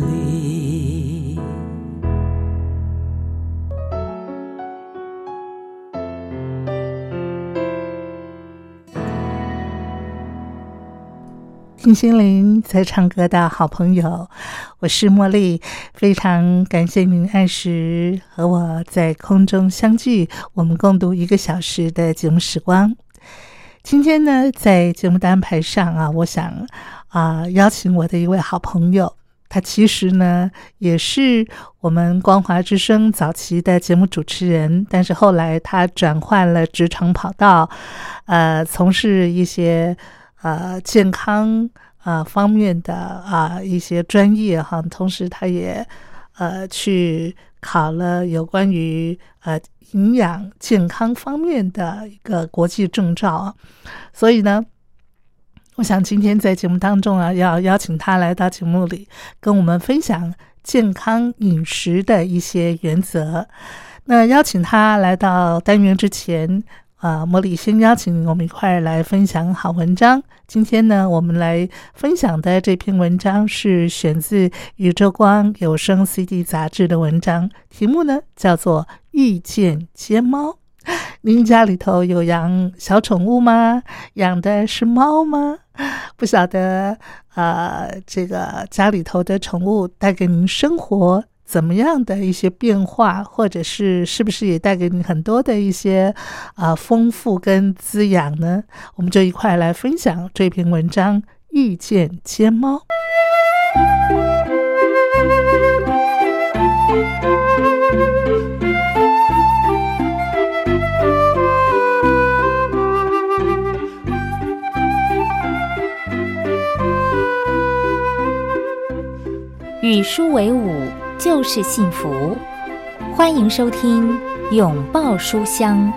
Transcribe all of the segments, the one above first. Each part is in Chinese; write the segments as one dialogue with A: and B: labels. A: 离。
B: 听心灵在唱歌的好朋友，我是茉莉，非常感谢您按时和我在空中相聚，我们共度一个小时的节目时光。今天呢，在节目的安排上啊，我想啊、邀请我的一位好朋友，他其实呢也是我们光华之声早期的节目主持人，但是后来他转换了职场跑道，呃，从事一些呃健康啊、呃方面的啊、一些专业哈，同时他也呃去考了有关于呃营养健康方面的一个国际证照啊，所以呢。我想今天在节目当中啊，要邀请他来到节目里，跟我们分享健康饮食的一些原则。那邀请他来到单元之前，啊，茉莉先邀请我们一块儿来分享好文章。今天呢，我们来分享的这篇文章是选自《宇宙光有声 CD 杂志》的文章，题目呢叫做《遇见街猫》。您家里头有养小宠物吗？养的是猫吗？不晓得，呃，这个家里头的宠物带给您生活怎么样的一些变化，或者是是不是也带给您很多的一些啊、呃丰富跟滋养呢？我们就一块来分享这篇文章《遇见街猫》。
C: 与书为伍就是幸福。欢迎收听《拥抱书香》。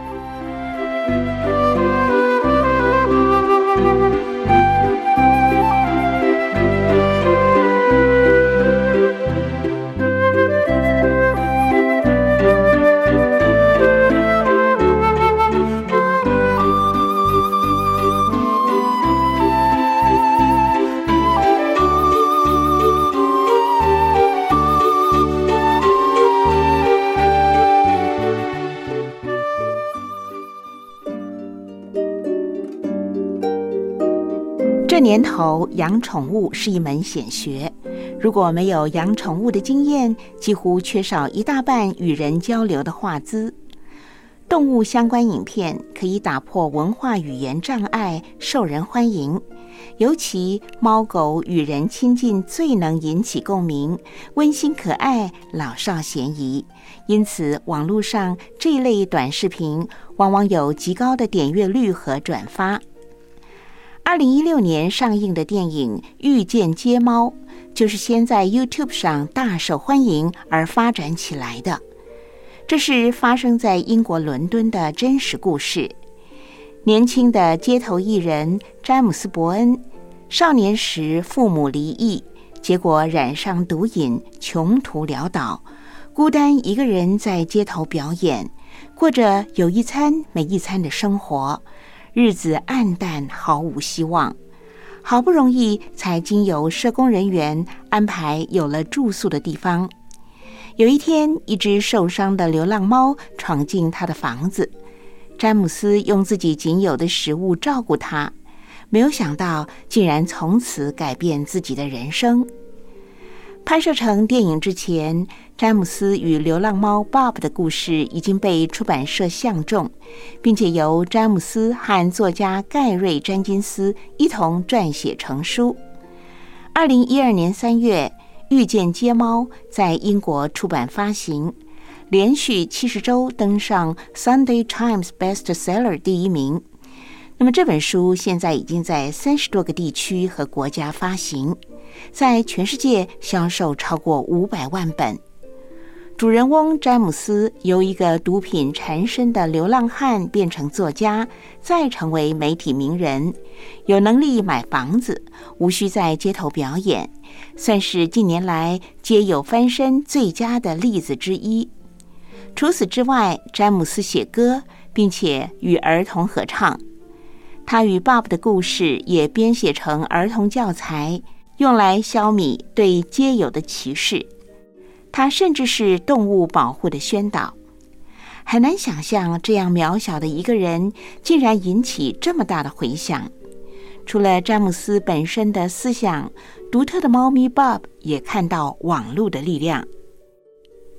D: 这年头养宠物是一门显学，如果没有养宠物的经验，几乎缺少一大半与人交流的话资。动物相关影片可以打破文化语言障碍，受人欢迎。尤其猫狗与人亲近最能引起共鸣，温馨可爱，老少咸宜。因此，网络上这类短视频往往有极高的点阅率和转发。二零一六年上映的电影《遇见街猫》，就是先在 YouTube 上大受欢迎而发展起来的。这是发生在英国伦敦的真实故事。年轻的街头艺人詹姆斯·伯恩，少年时父母离异，结果染上毒瘾，穷途潦倒，孤单一个人在街头表演，过着有一餐没一餐的生活。日子暗淡，毫无希望。好不容易才经由社工人员安排有了住宿的地方。有一天，一只受伤的流浪猫闯进他的房子，詹姆斯用自己仅有的食物照顾它，没有想到竟然从此改变自己的人生。拍摄成电影之前，詹姆斯与流浪猫 Bob 的故事已经被出版社相中，并且由詹姆斯和作家盖瑞·詹金斯一同撰写成书。二零一二年三月，《遇见街猫》在英国出版发行，连续七十周登上《Sunday Times Bestseller》第一名。那么这本书现在已经在三十多个地区和国家发行。在全世界销售超过五百万本。主人翁詹姆斯由一个毒品缠身的流浪汉变成作家，再成为媒体名人，有能力买房子，无需在街头表演，算是近年来皆有翻身最佳的例子之一。除此之外，詹姆斯写歌，并且与儿童合唱。他与 Bob 的故事也编写成儿童教材。用来消弭对街友的歧视，它甚至是动物保护的宣导。很难想象这样渺小的一个人，竟然引起这么大的回响。除了詹姆斯本身的思想，独特的猫咪 Bob 也看到网络的力量。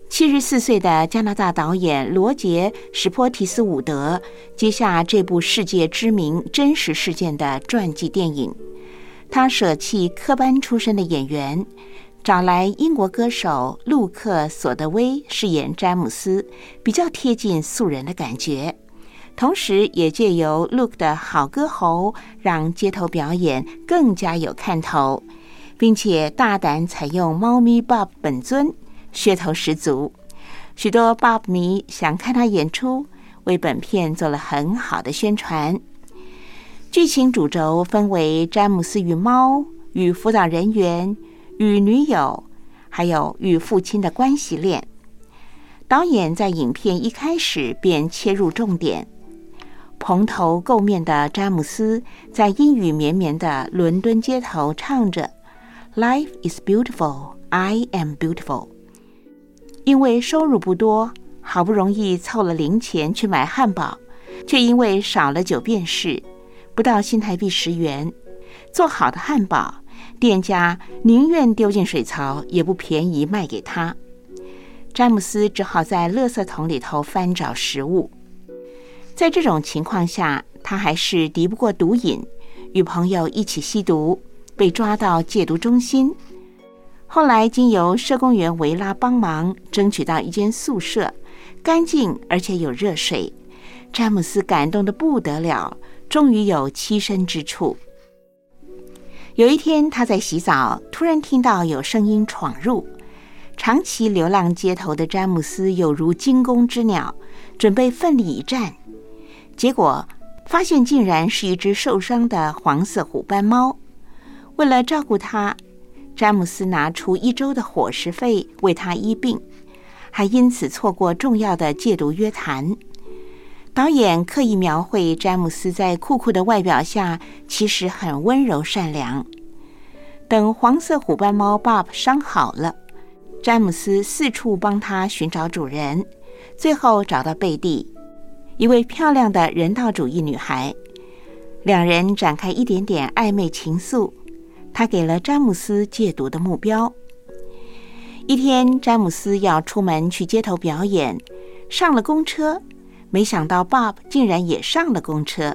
D: 七十四岁的加拿大导演罗杰·史波提斯伍德接下这部世界知名真实事件的传记电影。他舍弃科班出身的演员，找来英国歌手陆克·索德威饰演詹姆斯，比较贴近素人的感觉。同时，也借由 Luke 的好歌喉，让街头表演更加有看头，并且大胆采用猫咪 Bob 本尊，噱头十足。许多 Bob 迷想看他演出，为本片做了很好的宣传。剧情主轴分为詹姆斯与猫、与辅导人员、与女友，还有与父亲的关系链。导演在影片一开始便切入重点，蓬头垢面的詹姆斯在阴雨绵绵的伦敦街头唱着 “Life is beautiful, I am beautiful”。因为收入不多，好不容易凑了零钱去买汉堡，却因为少了九便士。不到新台币十元，做好的汉堡，店家宁愿丢进水槽，也不便宜卖给他。詹姆斯只好在垃圾桶里头翻找食物。在这种情况下，他还是敌不过毒瘾，与朋友一起吸毒，被抓到戒毒中心。后来经由社工员维拉帮忙，争取到一间宿舍，干净而且有热水。詹姆斯感动的不得了。终于有栖身之处。有一天，他在洗澡，突然听到有声音闯入。长期流浪街头的詹姆斯有如惊弓之鸟，准备奋力一战，结果发现竟然是一只受伤的黄色虎斑猫。为了照顾它，詹姆斯拿出一周的伙食费为它医病，还因此错过重要的戒毒约谈。导演刻意描绘詹姆斯在酷酷的外表下，其实很温柔善良。等黄色虎斑猫 Bob 伤好了，詹姆斯四处帮他寻找主人，最后找到贝蒂，一位漂亮的人道主义女孩。两人展开一点点暧昧情愫，她给了詹姆斯戒毒的目标。一天，詹姆斯要出门去街头表演，上了公车。没想到 Bob 竟然也上了公车，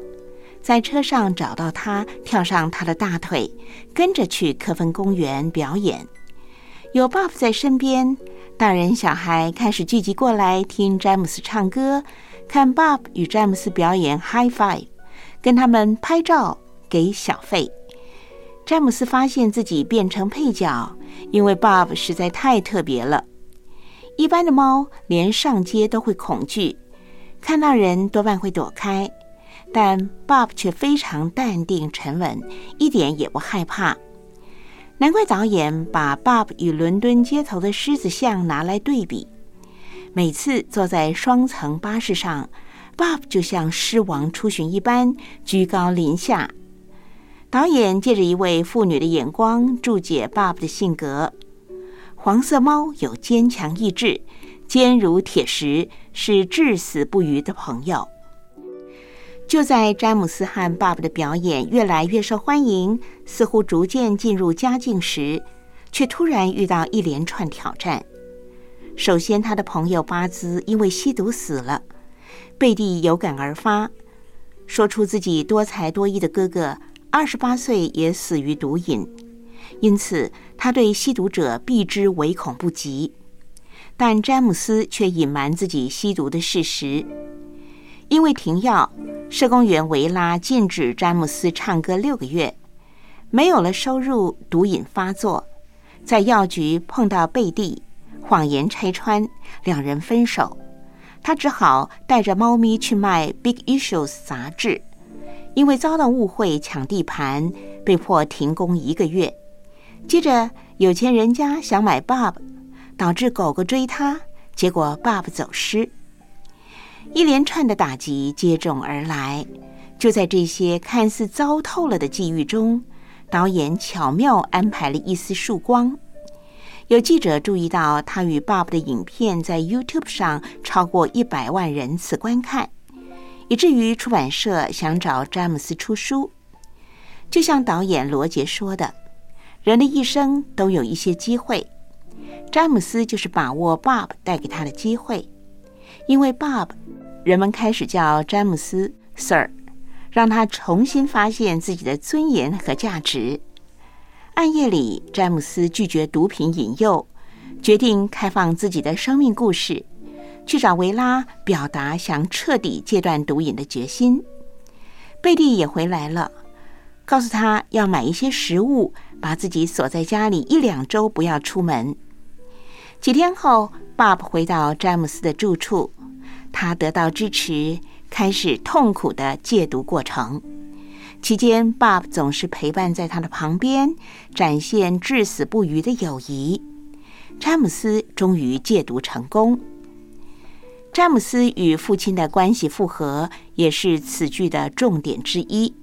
D: 在车上找到他，跳上他的大腿，跟着去科芬公园表演。有 Bob 在身边，大人小孩开始聚集过来听詹姆斯唱歌，看 Bob 与詹姆斯表演 High Five，跟他们拍照给小费。詹姆斯发现自己变成配角，因为 Bob 实在太特别了。一般的猫连上街都会恐惧。看到人多半会躲开，但 Bob 却非常淡定沉稳，一点也不害怕。难怪导演把 Bob 与伦敦街头的狮子像拿来对比。每次坐在双层巴士上，Bob 就像狮王出巡一般居高临下。导演借着一位妇女的眼光注解 Bob 的性格：黄色猫有坚强意志。坚如铁石，是至死不渝的朋友。就在詹姆斯和 Bob 的表演越来越受欢迎，似乎逐渐进入佳境时，却突然遇到一连串挑战。首先，他的朋友巴兹因为吸毒死了，贝蒂有感而发，说出自己多才多艺的哥哥二十八岁也死于毒瘾，因此他对吸毒者避之唯恐不及。但詹姆斯却隐瞒自己吸毒的事实，因为停药，社工员维拉禁止詹姆斯唱歌六个月，没有了收入，毒瘾发作，在药局碰到贝蒂。谎言拆穿，两人分手。他只好带着猫咪去卖《Big Issues》杂志，因为遭到误会抢地盘，被迫停工一个月。接着，有钱人家想买 Bob，导致狗狗追他，结果 Bob 走失。一连串的打击接踵而来，就在这些看似糟透了的际遇中，导演巧妙安排了一丝曙光。有记者注意到，他与 Bob 的影片在 YouTube 上超过一百万人次观看，以至于出版社想找詹姆斯出书。就像导演罗杰说的：“人的一生都有一些机会，詹姆斯就是把握 Bob 带给他的机会。因为 Bob，人们开始叫詹姆斯 Sir，让他重新发现自己的尊严和价值。”暗夜里，詹姆斯拒绝毒品引诱，决定开放自己的生命故事，去找维拉表达想彻底戒断毒瘾的决心。贝蒂也回来了，告诉他要买一些食物，把自己锁在家里一两周，不要出门。几天后，Bob 回到詹姆斯的住处，他得到支持，开始痛苦的戒毒过程。期间，Bob 总是陪伴在他的旁边，展现至死不渝的友谊。詹姆斯终于戒毒成功。詹姆斯与父亲的关系复和也是此剧的重点之一。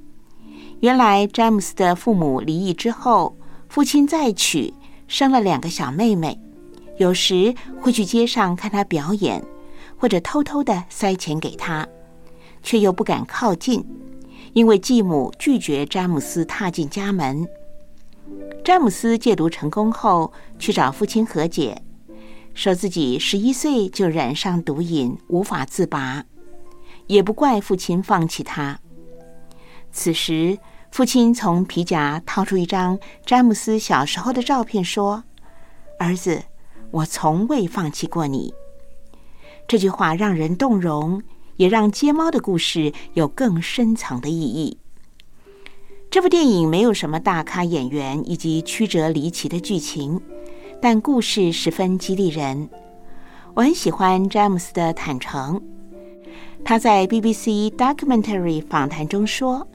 D: 原来，詹姆斯的父母离异之后，父亲再娶，生了两个小妹妹，有时会去街上看他表演，或者偷偷的塞钱给他，却又不敢靠近。因为继母拒绝詹姆斯踏进家门，詹姆斯戒毒成功后去找父亲和解，说自己十一岁就染上毒瘾，无法自拔，也不怪父亲放弃他。此时，父亲从皮夹掏出一张詹姆斯小时候的照片，说：“儿子，我从未放弃过你。”这句话让人动容。也让街猫的故事有更深层的意义。这部电影没有什么大咖演员以及曲折离奇的剧情，但故事十分激励人。我很喜欢詹姆斯的坦诚，他在 BBC Documentary 访谈中说：“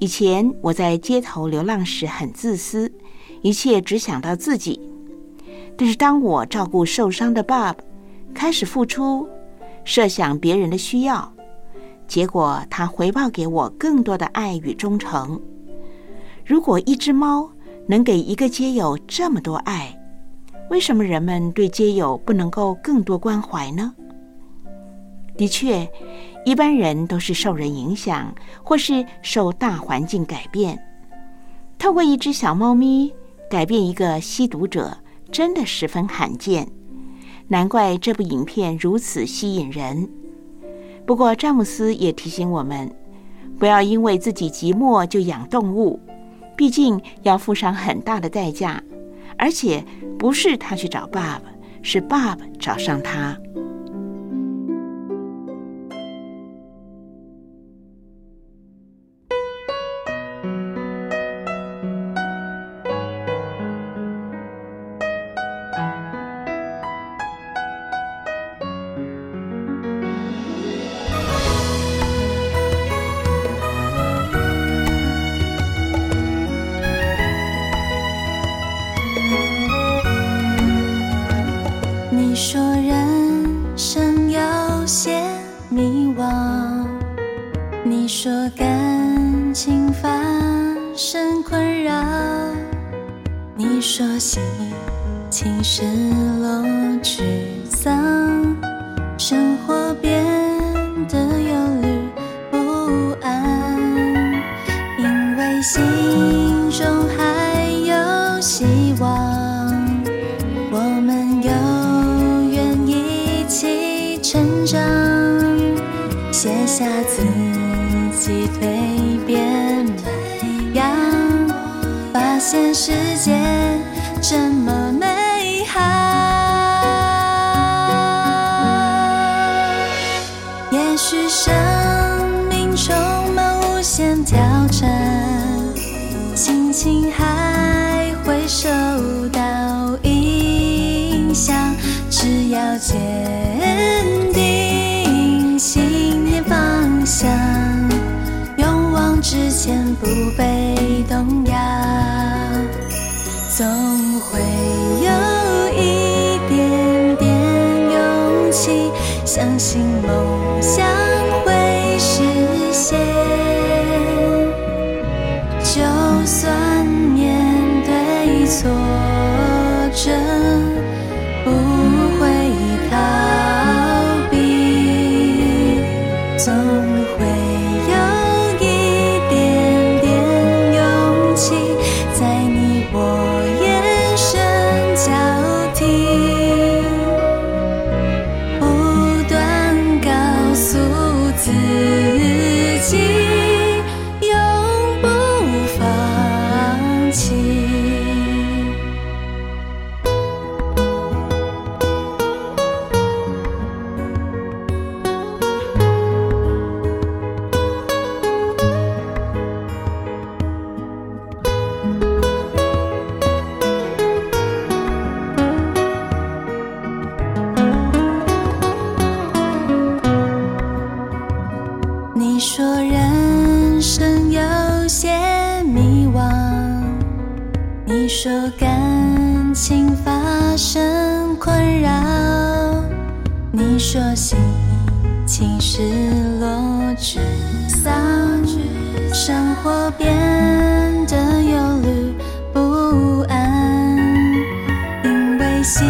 D: 以前我在街头流浪时很自私，一切只想到自己。但是当我照顾受伤的 Bob，开始付出。”设想别人的需要，结果他回报给我更多的爱与忠诚。如果一只猫能给一个街友这么多爱，为什么人们对街友不能够更多关怀呢？的确，一般人都是受人影响，或是受大环境改变。透过一只小猫咪改变一个吸毒者，真的十分罕见。难怪这部影片如此吸引人。不过，詹姆斯也提醒我们，不要因为自己寂寞就养动物，毕竟要付上很大的代价。而且，不是他去找爸爸，是爸爸找上他。
A: 你说人生有些迷惘，你说感情发生困扰，你说心情失落沮丧，生活变得忧虑不安，因为心中还有希望。这么美好。也许生命充满无限挑战，心情还会受到影响，只要坚定信念方向，勇往直前不被动摇，总会有一点点勇气，相信梦想会实现。就算面对挫折，不会逃避，总会有一点点勇气，在你我眼神交替，不断告诉自己，永不放弃。你说人生有些迷惘，你说感情发生困扰，你说心情失落沮丧，生活变得忧虑不安，因为心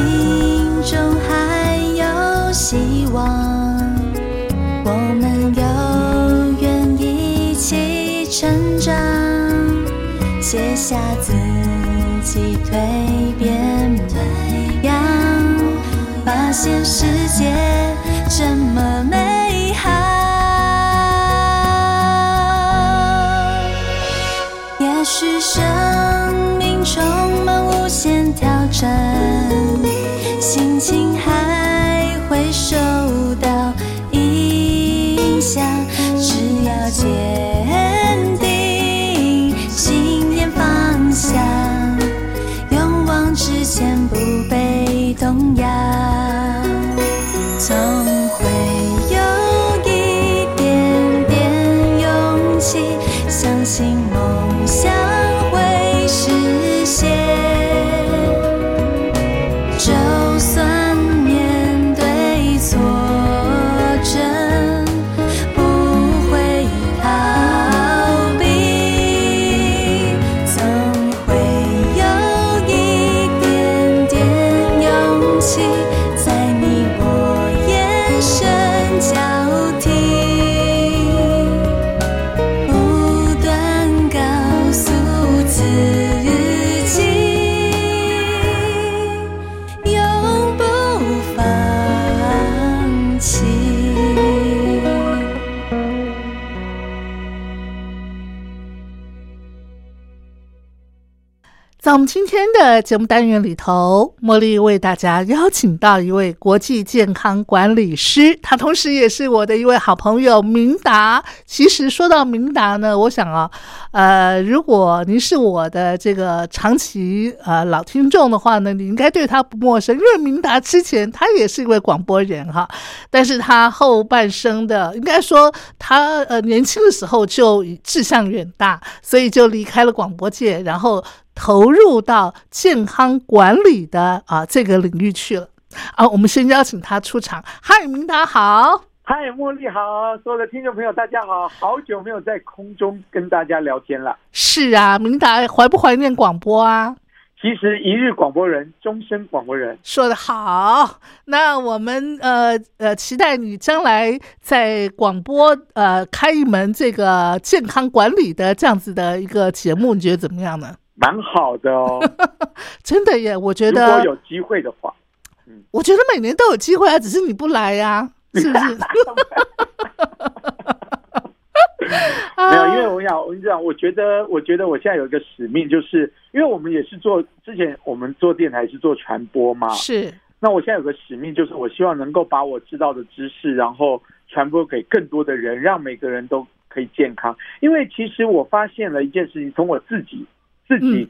A: 中还有希望。我们有缘一起成长，写下自己蜕变模样，发现世界这么美好。也许生命充满无限挑战，心情还会受到影响。只要坚定信念方向，勇往直前不被动摇，总会有一点点勇气，相信梦想会实现。就算面对挫折，不会逃避，总会有一点点勇气，在你我眼神交替，不断告诉自己。永不放弃。
B: 在我们今天的节目单元里头，茉莉为大家邀请到一位国际健康管理师，他同时也是我的一位好朋友明达。其实说到明达呢，我想啊，呃，如果您是我的这个长期呃老听众的话呢，你应该对他不陌生，因为明达之前他也是一位广播人哈，但是他后半生的，应该说他呃年轻的时候就志向远大，所以就离开了广播界，然后投入到健康管理的啊这个领域去了。啊，我们先邀请他出场。嗨，明达好。
E: 嗨，茉莉好，所有的听众朋友，大家好，好久没有在空中跟大家聊天了。
B: 是啊，明达怀不怀念广播啊？
E: 其实一日广播人，终身广播人。
B: 说得好，那我们呃呃，期待你将来在广播呃开一门这个健康管理的这样子的一个节目，你觉得怎么样呢？
E: 蛮好 的哦，
B: 真的耶，我觉
E: 如果
B: 得，
E: 有机会的话，
B: 我觉得每年都有 机会啊，只是你不来呀、是不是？
E: 没有，因为我想，我跟你讲，我觉得，我觉得我现在有一个使命，就是因为我们也是做之前我们做电台是做传播嘛，
B: 是
E: 那我现在有个使命，就是我希望能够把我知道的知识，然后传播给更多的人，让每个人都可以健康。因为其实我发现了一件事情，从我自己
B: 嗯
E: 自己、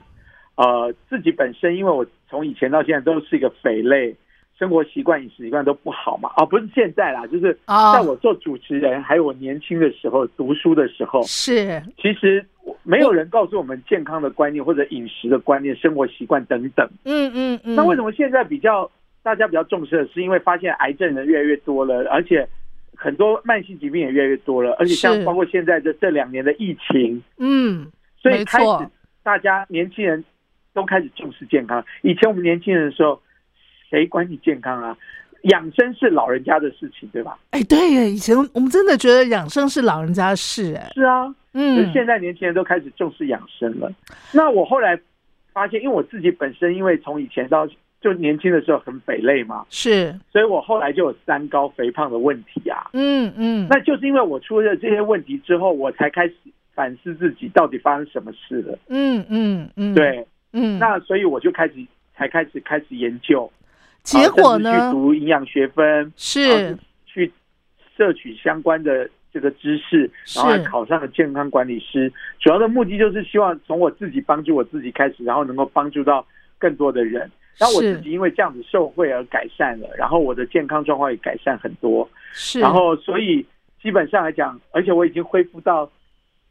E: 呃自己本身，因为我从以前到现在都是一个肥类，生活习惯、饮食习惯都不好嘛。啊，不是现在啦，就是
B: 哦
E: 在我做主持人，还有我年轻的时候、读书的时候，
B: 是，
E: 其实我没有人告诉我们健康的观念或者饮食的观念、生活习惯等等。
B: 嗯嗯嗯。
E: 那为什么现在比较大家比较重视的是因为发现癌症人越来越多了，而且很多慢性疾病也越来越多了，而且像
B: 是
E: 包括现在这这两年的疫情，
B: 嗯，
E: 所
B: 没
E: 以开
B: 错
E: 始大家年轻人都开始重视健康。以前我们年轻人的时候，谁管你健康啊？养生是老人家的事情，对吧？
B: 哎，对耶，以前我们真的觉得养生是老人家的事，哎，
E: 是啊，可是
B: 嗯，
E: 现在年轻人都开始重视养生了。那我后来发现，因为我自己本身因为从以前到就年轻的时候很肥累嘛，
B: 是，
E: 所以我后来就有三高肥胖的问题啊。
B: 嗯嗯，
E: 那就是因为我出了这些问题之后，我才开始反思自己到底发生什么事了。
B: 嗯嗯嗯，，
E: 对，
B: 嗯，
E: 那所以我就开始才开始开始研究，啊
B: 结果
E: 甚至去
B: 呢
E: 读营养学分，然
B: 是
E: 后去摄取相关的这个知识，
B: 是
E: 然后还考上了健康管理师。主要的目的就是希望从我自己帮助我自己开始，然后能够帮助到更多的人。然后我
B: 是
E: 自己因为这样子受惠而改善了，然后我的健康状况也改善很多。
B: 是，
E: 然后所以基本上来讲，而且我已经恢复到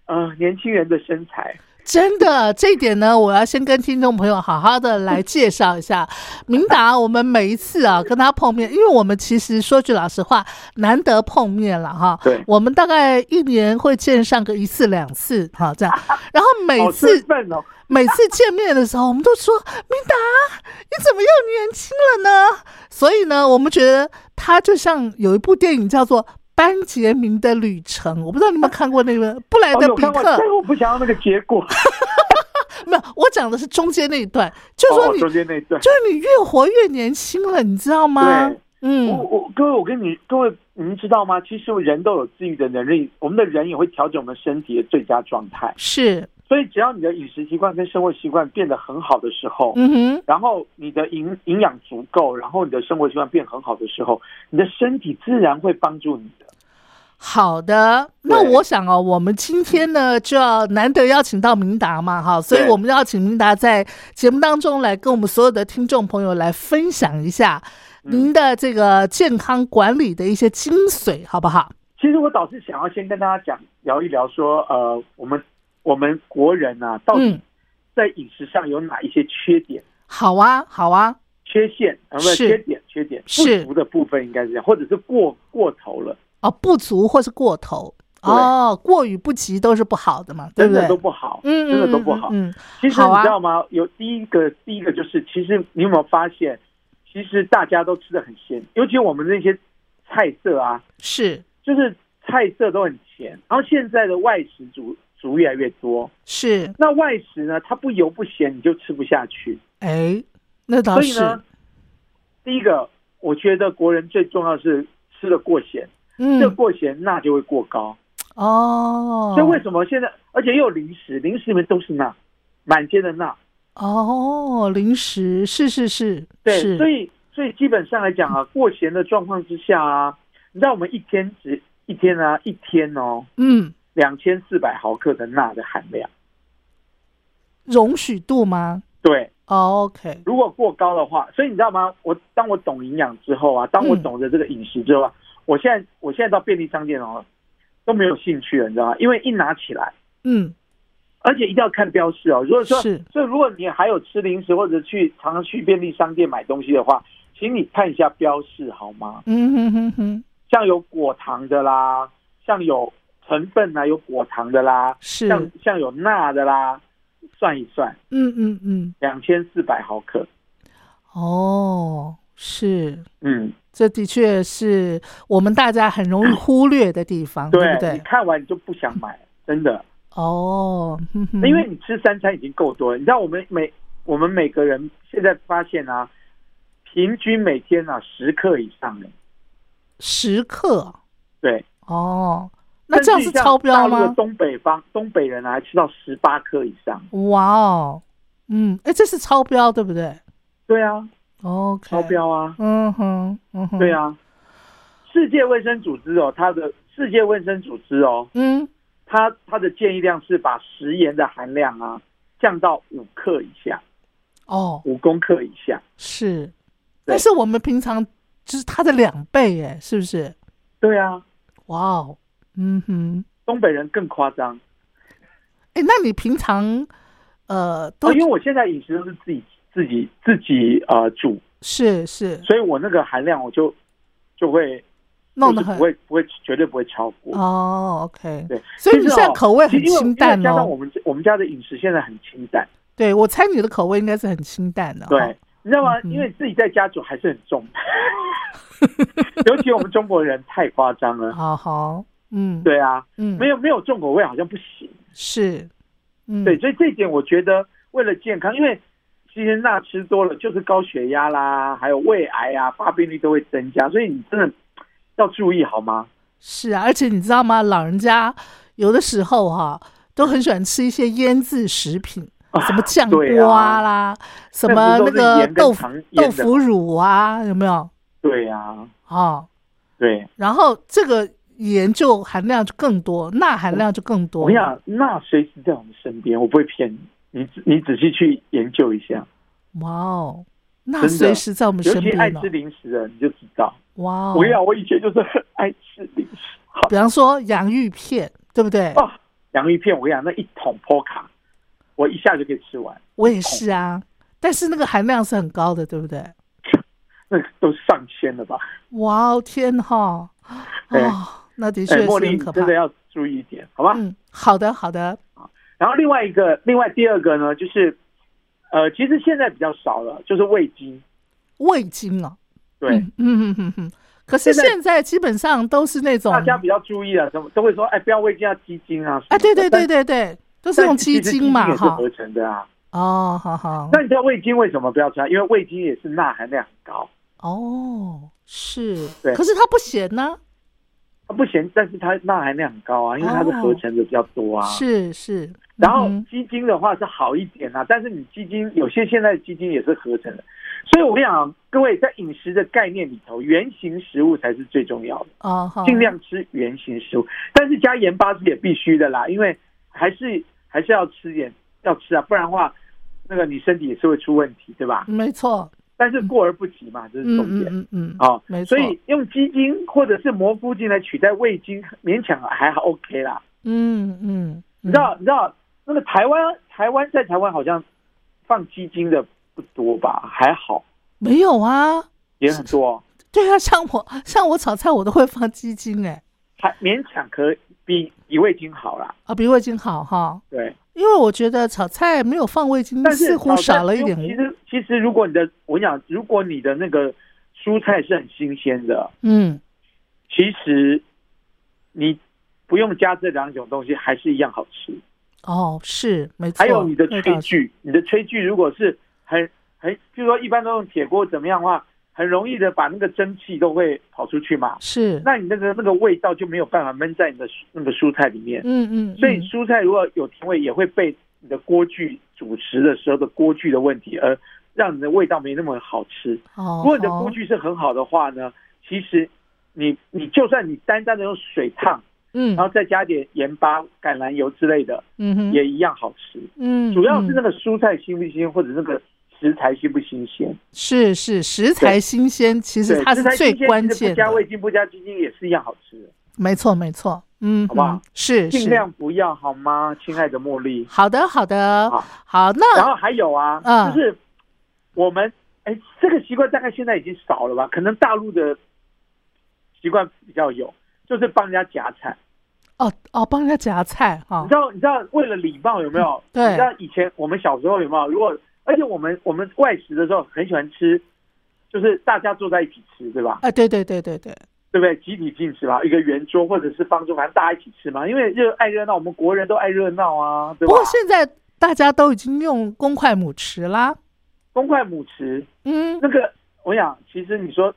E: 呃年轻人的身材。
B: 真的，这一点呢，我要先跟听众朋友好好的来介绍一 下。明达，我们每一次啊跟他碰面，因为我们其实说句老实话，难得碰面了哈。
E: 对
B: 我们大概一年会见上个一次两次，哈，这样。然后每
E: 好
B: 次、
E: 振奋哦！
B: 每次见面的时候，我们都说明达，你怎么又年轻了呢？所以呢，我们觉得他就像有一部电影叫做《班杰明的旅程》，我不知道你有没有看过那个布莱
E: 哦
B: 德
E: 有
B: 比特。
E: 看过，但是我不想要那个结 果。
B: 没有，我讲的是中间那一段，就说
E: 哦
B: 你，
E: 中间那一段，
B: 就是你越活越年轻了，你知道吗
E: 对？哦我
B: 嗯，
E: 我各位，我跟你各位，你们知道吗？其实人都有自愈的能力，我们的人也会调整我们身体的最佳状态。
B: 是，
E: 所以只要你的饮食习惯跟生活习惯变得很好的时候，
B: 嗯哼，
E: 然后你的营营养足够，然后你的生活习惯变很好的时候，你的身体自然会帮助你的。
B: 好的。那
E: 对
B: 我想哦，我们今天呢就要难得邀请到明达嘛，哈，所以
E: 对
B: 我们要请明达在节目当中来跟我们所有的听众朋友来分享一下
E: 嗯
B: 您的这个健康管理的一些精髓，好不好？
E: 其实我倒是想要先跟大家讲聊一聊说，呃，我们我们国人啊，到底
B: 嗯，
E: 在饮食上有哪一些缺点、
B: 好啊，好啊，
E: 缺陷啊？不是
B: 是
E: 缺点，缺点
B: 是
E: 不足的部分应该是这样，或者是过过头了，
B: 哦，不足或是过头，
E: 对
B: 哦，过与不及都是不好的嘛，对
E: 真
B: 不对？
E: 的都不好，
B: 嗯，
E: 真的都不好。
B: 嗯，嗯
E: 其实
B: 好
E: 你
B: 啊
E: 知道吗？有第一个，第一个就是，其实你有没有发现，其实大家都吃的很咸，尤其我们那些菜色啊，
B: 是
E: 就是菜色都很咸。然后现在的外食族族越来越多，
B: 是，
E: 那外食呢，它不油不咸，你就吃不下去。
B: 哎，那倒
E: 所以
B: 是，
E: 呢，第一个，我觉得国人最重要的是吃的过咸，吃的
B: 嗯，
E: 过咸钠就会过高。
B: 哦，
E: 所以为什么现在，而且又有零食，零食里面都是钠，满街的钠。
B: 哦，零食是是是，
E: 对，
B: 是
E: 所以所以基本上来讲啊，过咸的状况之下啊，你知道我们一天只一天啊一天哦，
B: 嗯，
E: 两千四百毫克的钠的含量。
B: 容许度吗、
E: 对，
B: 哦、？OK，
E: 如果过高的话，所以你知道吗？我当我懂营养之后啊，当我
B: 嗯
E: 懂得这个饮食之后啊，我现在我现在到便利商店哦都没有兴趣了，你知道吗？因为一拿起来，
B: 嗯，
E: 而且一定要看标示哦。如果说，
B: 是
E: 所以如果你还有吃零食或者去常常去便利商店买东西的话，请你看一下标示好吗？
B: 嗯哼哼哼，
E: 像有果糖的啦，像有成分啊，有果糖的啦，
B: 是，
E: 像
B: 嗯
E: 像有钠的啦，算一算，
B: 嗯嗯，
E: 两千四百毫克，
B: 哦，是。
E: 嗯。
B: 这的确是我们大家很容易忽略的地方，
E: 对，
B: 不
E: 你
B: 对？
E: 看完你就不想 买，真的，
B: 哦，哼哼
E: 因为你吃三餐已经够多了。你知道我们每我们每个人现在发现啊，平均每天啊十克以上的，
B: 十克
E: 对，
B: 哦，那这样是超标
E: 甚至像大陆的
B: 吗？
E: 东北方东北人啊还吃到十八颗以上，
B: 哇哦，嗯，哎，这是超标对不对
E: 对啊，
B: ？OK，
E: 超，标啊，
B: 嗯哼，嗯哼，
E: 对，啊。世界卫生组织哦，它的世界卫生组织哦，
B: 嗯，
E: 它它的建议量是把食盐的含量啊降到五克以下，
B: 哦，
E: 五公克以下。
B: 是，
E: 对
B: 但是我们平常就是它的两倍，哎，是不是？
E: 对啊，
B: 哇哦，嗯哼，
E: 东北人更夸张
B: 哎，那你平常呃
E: 哦，
B: 都
E: 因为我现在饮食都是自己自己自己呃煮，
B: 是是
E: 所以我那个含量我就就会
B: 弄得
E: 就是
B: 很
E: 不会不会绝对不会超过。
B: 哦，OK，
E: 对，
B: 所以
E: 其
B: 你
E: 实哦
B: 现在口味很
E: 其实因为
B: 清淡
E: 因为加上我
B: 哦。
E: 们我们家的饮食现在很清淡，
B: 对，我猜你的口味应该是很清淡的、哦。
E: 对，，你知道吗？
B: 嗯哼
E: 因为自己在家煮还是很重， 尤其我们中国人太夸张了。
B: 好好，嗯，，
E: 对啊，
B: 哦嗯，
E: 没有没有重口味好像不行。
B: 是，嗯，
E: 对，所以这一点我觉得为了健康，因为其实钠吃多了就是高血压啦，还有胃癌啊，发病率都会增加，所以你真的要注意好吗？
B: 是啊，而且你知道吗？老人家有的时候哈、都很喜欢吃一些腌制食品，什么酱
E: 啊对
B: 瓜
E: 啊
B: 啦，什么那
E: 那不都是
B: 个
E: 盐跟
B: 豆腐
E: 糖腌
B: 豆
E: 的
B: 腐乳啊，有没有？
E: 对啊，
B: 哦，
E: 对，
B: 然后这个盐就含量就更多，钠含量就更
E: 我
B: 多
E: 跟你。讲，钠随时在我们身边，我不会骗你，你仔你仔细去研究一下，
B: 哇哦，钠
E: 真的
B: 随时在我们
E: 尤
B: 身
E: 其爱
B: 边呢
E: 吃。零食的你就知道。
B: 哇哦
E: 我，跟你讲，我以前就是很爱吃零食，
B: 比方说洋芋片，对不对？
E: 哦，洋芋片，我跟你讲，那一桶波卡，我一下就可以吃完，
B: 我也是啊，但是那个含量是很高的，对不对？
E: 那个都上千了吧？
B: 哇哦，天哈，
E: 对
B: 哦，那的确
E: 哎，
B: 是
E: 茉莉，
B: 很
E: 你
B: 可怕
E: 真的。要注意一点，好吧？
B: 嗯，好的，好的，
E: 然后另外一个，另外第二个呢，就是，呃，其实现在比较少了，就是味精。
B: 味精哦，
E: 对，
B: 嗯嗯嗯嗯嗯。可是
E: 现在
B: 现在基本上都是那种，
E: 大家比较注意啊，什么都会说，哎，不要味精，要鸡精啊。
B: 哎，对对对对
E: 对，
B: 对，都
E: 但
B: 是用
E: 其
B: 鸡
E: 实
B: 精嘛，
E: 也是
B: 哈。
E: 合成的啊。
B: 哦，好好。
E: 那你知道味精为什么不要吃啊？因为味精也是钠含量很高，啊
B: 哦，是，
E: 对
B: 可是它不咸呢，
E: 它不咸，但是它钠含量很高啊，因为它是合成的比较多啊。。
B: 哦是是。
E: 然后
B: 嗯哼
E: 鸡精的话是好一点啊，但是你鸡精有些现在的鸡精也是合成的，所以我跟你讲，各位在饮食的概念里头，原型食物才是最重要的。
B: 哦，好，
E: 尽量吃原形食物，但是加盐巴是也必须的啦，因为还是还是要吃点，要吃啊，不然的话，那个你身体也是会出问题，对吧？
B: 没错，
E: 但是过而不及嘛，这是
B: 嗯
E: 重
B: 嗯
E: 点
B: 嗯嗯，
E: 啊。
B: 没错
E: 所，以用鸡精或者是蘑菇精来取代味精，勉强还好 OK 啦。
B: 嗯嗯，
E: 你知道，你知道那个台湾，台湾在台湾好像放鸡精的不多吧？还好，
B: 没有啊？
E: 也很多 哦，
B: 对啊，像我像我炒菜我都会放鸡精，哎，
E: 还勉强可以比比味精好啦。
B: 啊，比味精好哈。
E: 对，
B: 因为我觉得炒菜没有放味精，
E: 但是
B: 似乎
E: 炒菜
B: 少了一
E: 不
B: 点
E: 用。其实其实如果你的我跟你讲，如果你的那个蔬菜是很新鲜的，
B: 嗯，
E: 其实你不用加这两种东西，还是一样好吃。
B: 哦，是没错。
E: 还有你的
B: 味
E: 炊
B: 道是
E: 具，你的炊具如果是很很，就是说一般都用铁锅怎么样的话，很容易的把那个蒸汽都会跑出去嘛。
B: 是，
E: 那你那个那个味道就没有办法闷在你的蔬那个蔬菜里面，
B: 嗯嗯，
E: 所以
B: 嗯
E: 蔬菜如果有甜味，也会被你的锅具主食的时候的锅具的问题，而让你的味道没那么好吃。
B: 哦，
E: 如果你的锅
B: 好
E: 具是很好的话呢，其实你你就算你单单的用水烫，
B: 嗯，
E: 然后再加点盐巴、橄榄油之类的，
B: 嗯哼，
E: 也一样好吃。
B: 嗯，
E: 主要是那
B: 嗯
E: 个蔬菜新不新鲜，或者那个食材新不新鲜。
B: 是是食材新鲜，其实
E: 对，
B: 它
E: 食
B: 是
E: 材
B: 最
E: 新鲜
B: 关
E: 其实
B: 键的
E: 不加。味精、不加鸡精也是一样好吃的，
B: 没错没错，嗯，
E: 好不好
B: 嗯？是
E: 尽
B: 是，
E: 量不要好吗，亲爱的茉莉？
B: 好的好的
E: 好，
B: 好
E: 然
B: 那
E: 后还有啊，
B: 嗯
E: 就是我们哎，这个习惯大概现在已经少了吧？可能大陆的习惯比较有，就是帮人家夹菜。
B: 哦哦，帮人家夹菜哈
E: 你知，道，你知道为了礼貌有没有？
B: 嗯对
E: 你知道以前我们小时候有没有？如果而且我们我们外食的时候很喜欢吃，就是大家坐在一起吃，对吧？
B: 啊，对对对对对，
E: 对不对？集体进食吧，一个圆桌或者是方桌，反正大家一起吃嘛。因为热爱热闹，我们国人都爱热闹啊，对
B: 不
E: 吧？
B: 过现在大家都已经用公筷母匙啦，
E: 公筷母匙，
B: 嗯，
E: 那个，我想，其实你说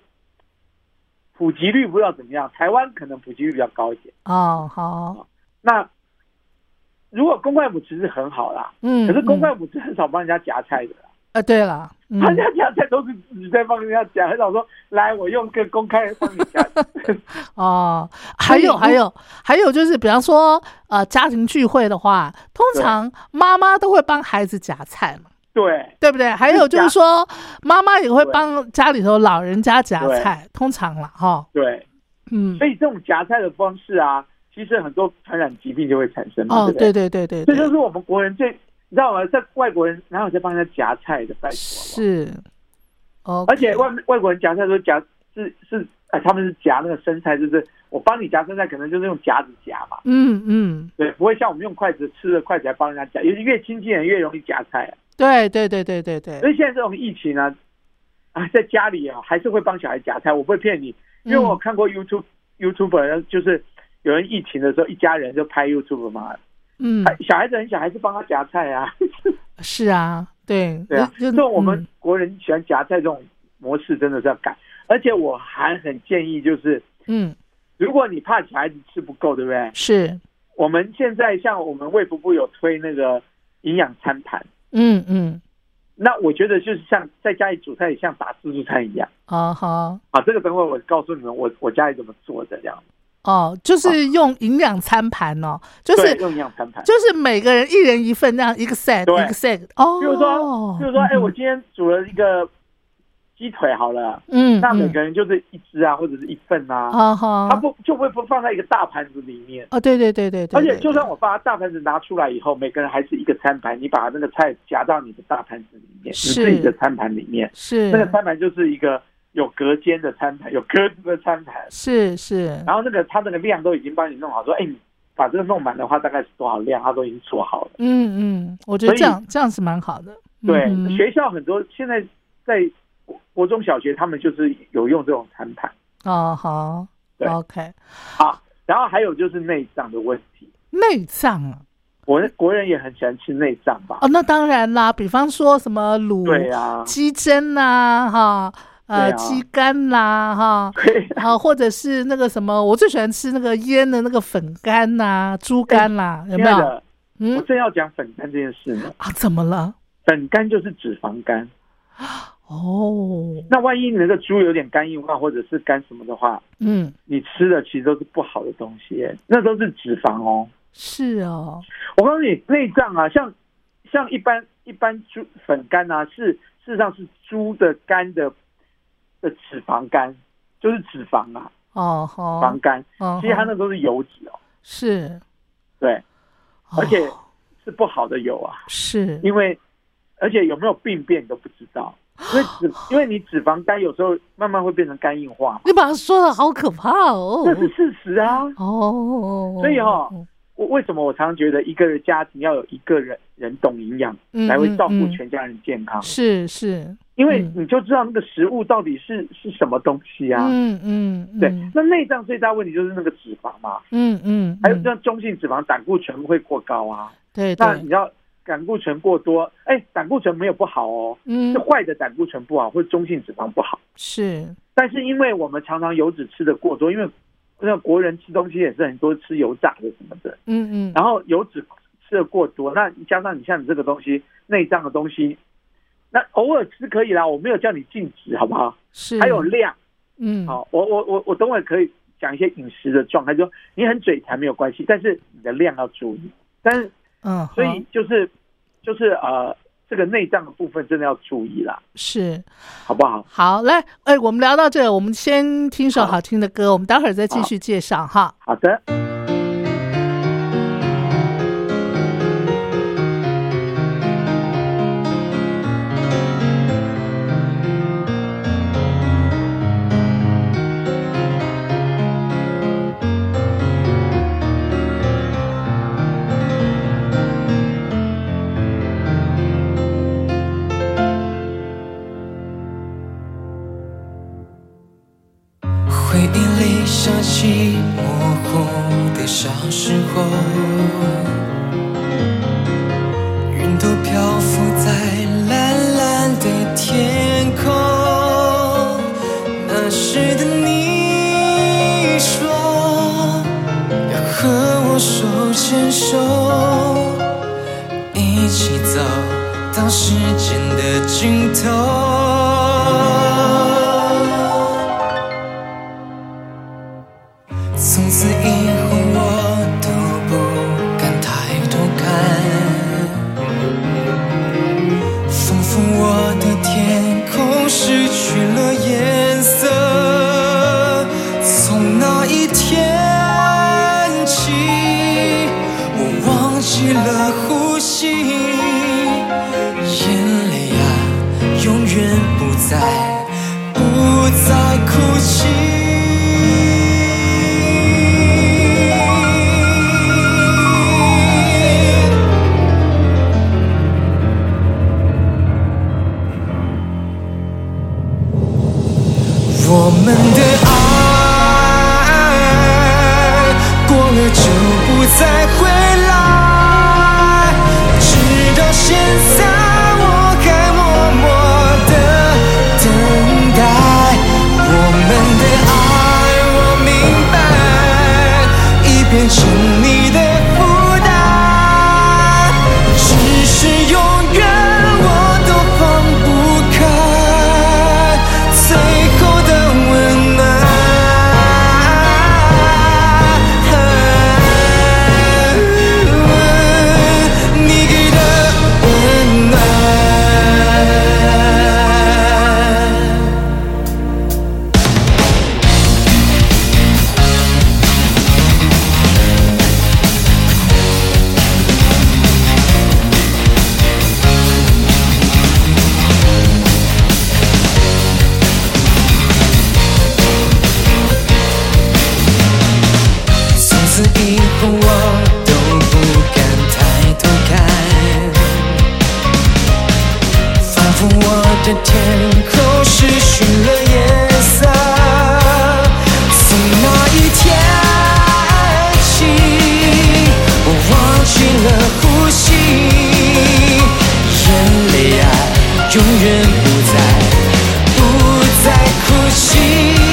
E: 普及率不知道怎么样，台湾可能普及率比较高一点。
B: 哦，好，
E: 那如果公筷母匙是很好啦，
B: 嗯，
E: 可是公筷
B: 嗯
E: 母匙很少帮人家夹菜的啦，
B: 呃，对了，嗯
E: 人家夹菜都是自己在帮人家夹，很少说来我用个公筷帮你夹。
B: 哦，还有
E: 嗯
B: 还有还有就是，比方说呃，家庭聚会的话，通
E: 对
B: 常妈妈都会帮孩子夹菜嘛，
E: 对
B: 对不对？还有就是
E: 夹
B: 说，妈妈也会
E: 对
B: 帮家里头老人家夹
E: 对
B: 菜，通常了哈，
E: 对，
B: 嗯，
E: 所以这种夹菜的方式啊，其实很多传染疾病就会产生嘛，
B: 哦，
E: 对不对
B: 对？对对对
E: 这就
B: 对，
E: 是我们国人最，你知道吗？在外国人哪有在帮人家夹菜的？拜托好不好
B: 是，哦，
E: 而且外外国人夹菜都夹是是，哎，他们是夹那个生菜，就是我帮你夹生菜，可能就是用夹子夹嘛，
B: 嗯嗯，
E: 对，不会像我们用筷子吃了筷子来帮人家夹，尤其越亲近的人越容易夹菜、啊。
B: 对对对对对对
E: 所，以现在这种疫情呢、啊，在家里啊还是会帮小孩夹菜，我不会骗你，因为我
B: 嗯
E: 看过 YouTube、YouTuber，就是有人疫情的时候，一家人就拍 YouTube 嘛，哎
B: 嗯，
E: 小孩子很小，还是帮他夹菜啊，
B: 是啊，对，
E: 对啊，
B: 就嗯
E: 这种我们国人喜欢夹菜这种模式真的是要改，而且我还很建议就是。
B: 嗯嗯
E: 如果你怕小孩子吃不够，对不对？
B: 是，
E: 我们现在像我们卫福部有推那个营养餐盘，
B: 嗯嗯，
E: 那我觉得就是像在家里煮菜，也像打自助餐一样
B: 哦好。
E: 啊。这个等会我告诉你们我我家里怎么做的，这样
B: 哦，就是用营养餐盘哦，就
E: 对
B: 是
E: 用营养餐盘。
B: 就是每个人一人一份，那样一个 set
E: 对
B: 一个 set 哦。嗯
E: 比如说，比如说，哎，我今天煮了一个鸡腿好了，
B: 嗯，
E: 那每
B: 嗯
E: 个人就是一只啊，或者是一份啊，
B: 哦哈，
E: 它不就会不放在一个大盘子里面。
B: 哦，对对对对对，
E: 而且
B: 对
E: 就算我把它大盘子拿出来以后，每个人还是一个餐盘，你把那个菜夹到你的大盘子里面，你
B: 是
E: 自己的餐盘里面，
B: 是
E: 那个餐盘就是一个有隔间的餐盘，有格子的餐盘，
B: 是是
E: 然后那个它那个量都已经帮你弄好，说，哎，你把这个弄满的话，大概是多少量，它都已经做好了。
B: 嗯嗯，我觉得
E: 所以
B: 这样这样是蛮好的。
E: 对，
B: 嗯哼
E: 学校很多现在在国国中小学，他们就是有用这种餐盘
B: 哦好
E: 对
B: ，OK，
E: 啊。然后还有就是内脏的问题，
B: 内脏啊，
E: 国人国人也很喜欢吃内脏吧？
B: 哦嗯那当然啦，比方说什么
E: 对啊
B: 卤
E: 呀、
B: 鸡胗呐，哈，呃
E: 对啊
B: 鸡肝啦，哈，
E: 对呀、
B: 啊，或者是那个什么，我最喜欢吃那个腌的那个粉干呐、猪肝啦、有
E: 哎亲
B: 没
E: 爱
B: 有？
E: 的，我
B: 嗯
E: 正要讲粉干这件事呢。
B: 啊，怎么了？
E: 粉干就是脂肪肝，
B: 哦，
E: 那万一你那个猪有点肝硬化或者是肝什么的话，
B: 嗯，
E: 你吃的其实都是不好的东西耶，那都是脂肪哦。
B: 是哦，
E: 我告诉你，内脏啊，像像一般一般猪粉干啊，是事实上是猪的肝的的脂肪肝，就是脂肪啊，
B: 哦
E: 脂
B: 吼
E: 肪，肝，
B: 哦
E: 其实它
B: 吼
E: 那都是油脂哦，
B: 是，
E: 对，而且
B: 哦
E: 是不好的油啊，
B: 是，
E: 因为而且有没有病变你都不知道，因为 脂因为你脂肪肝有时候慢慢会变成肝硬化嘛，
B: 你把它说的好可怕哦，
E: 这是事实啊。
B: 哦，
E: 所以哦我为什么我常常觉得一个家庭要有一个人人懂营养，
B: 嗯
E: 才会照顾
B: 嗯嗯
E: 全家人健康，
B: 是是，
E: 因为你就知道那个食物到底是是什么东西啊。
B: 嗯嗯，
E: 对
B: 嗯，
E: 那内脏最大问题就是那个脂肪嘛，
B: 嗯嗯，
E: 还有
B: 嗯
E: 像中性脂肪胆固醇会过高啊。
B: 对
E: 那你
B: 对，
E: 要胆固醇过多，哎，胆固醇没有不好哦，
B: 嗯
E: 是坏的胆固醇不好，或者中性脂肪不好。
B: 是，
E: 但是因为我们常常油脂吃的过多，因为那国人吃东西也是很多吃油炸的什么的，
B: 嗯嗯
E: 然后油脂吃的过多，那加上你像你这个东西内脏的东西，那偶尔吃可以啦，我没有叫你禁止，好不好？
B: 是，
E: 还有量，
B: 嗯
E: 好，我我我我等会可以讲一些饮食的状态，就说你很嘴馋没有关系，但是你的量要注意。但是
B: 嗯，
E: 呃所
B: 好
E: 以就是就是呃，这个内脏的部分真的要注意啦，
B: 是。
E: 好不好？
B: 好，来，哎，我们聊到这，我们先听首好听的歌，我们待会儿再继续介绍哈。
E: 好的，
F: 回忆里想起模糊的小时候，云朵漂浮在蓝蓝的天空，那时的你。啊再不再哭泣。我们的爱过了就不再回来，直到现在我还默默的等待。我们的爱我明白，已变成你的负担，只是永远我都放不开最后的温暖。你给的温暖。从此以后我都不敢抬头看，仿佛我的天空失去了颜色。从那一天起，我忘记了呼吸，眼泪啊，永远不再，不再哭泣。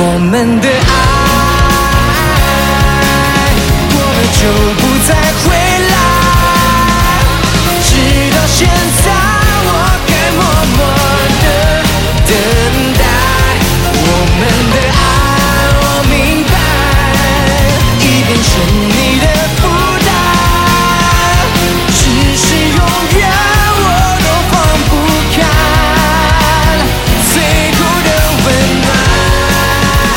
F: 我们的爱过了就不再回来，直到现在我该默默的等待。我们的爱，我明白，已变成你的负担，只是永远我都放不开最后的温暖。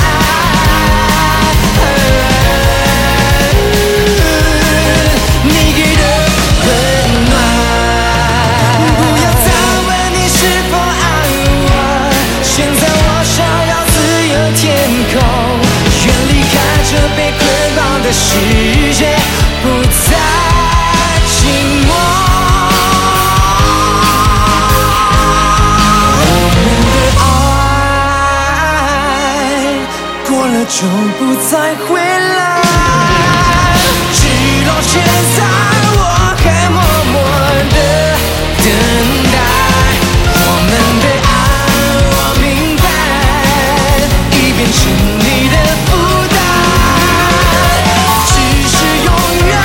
F: 你给的温暖。不要再问你是否爱我，现在我想要自由天空，远离开这被捆绑的世界，不再寂寞。爱过了就不再回来，直到现在我还默默的等待。我们的爱，我明白，已变成你的负担，只是永远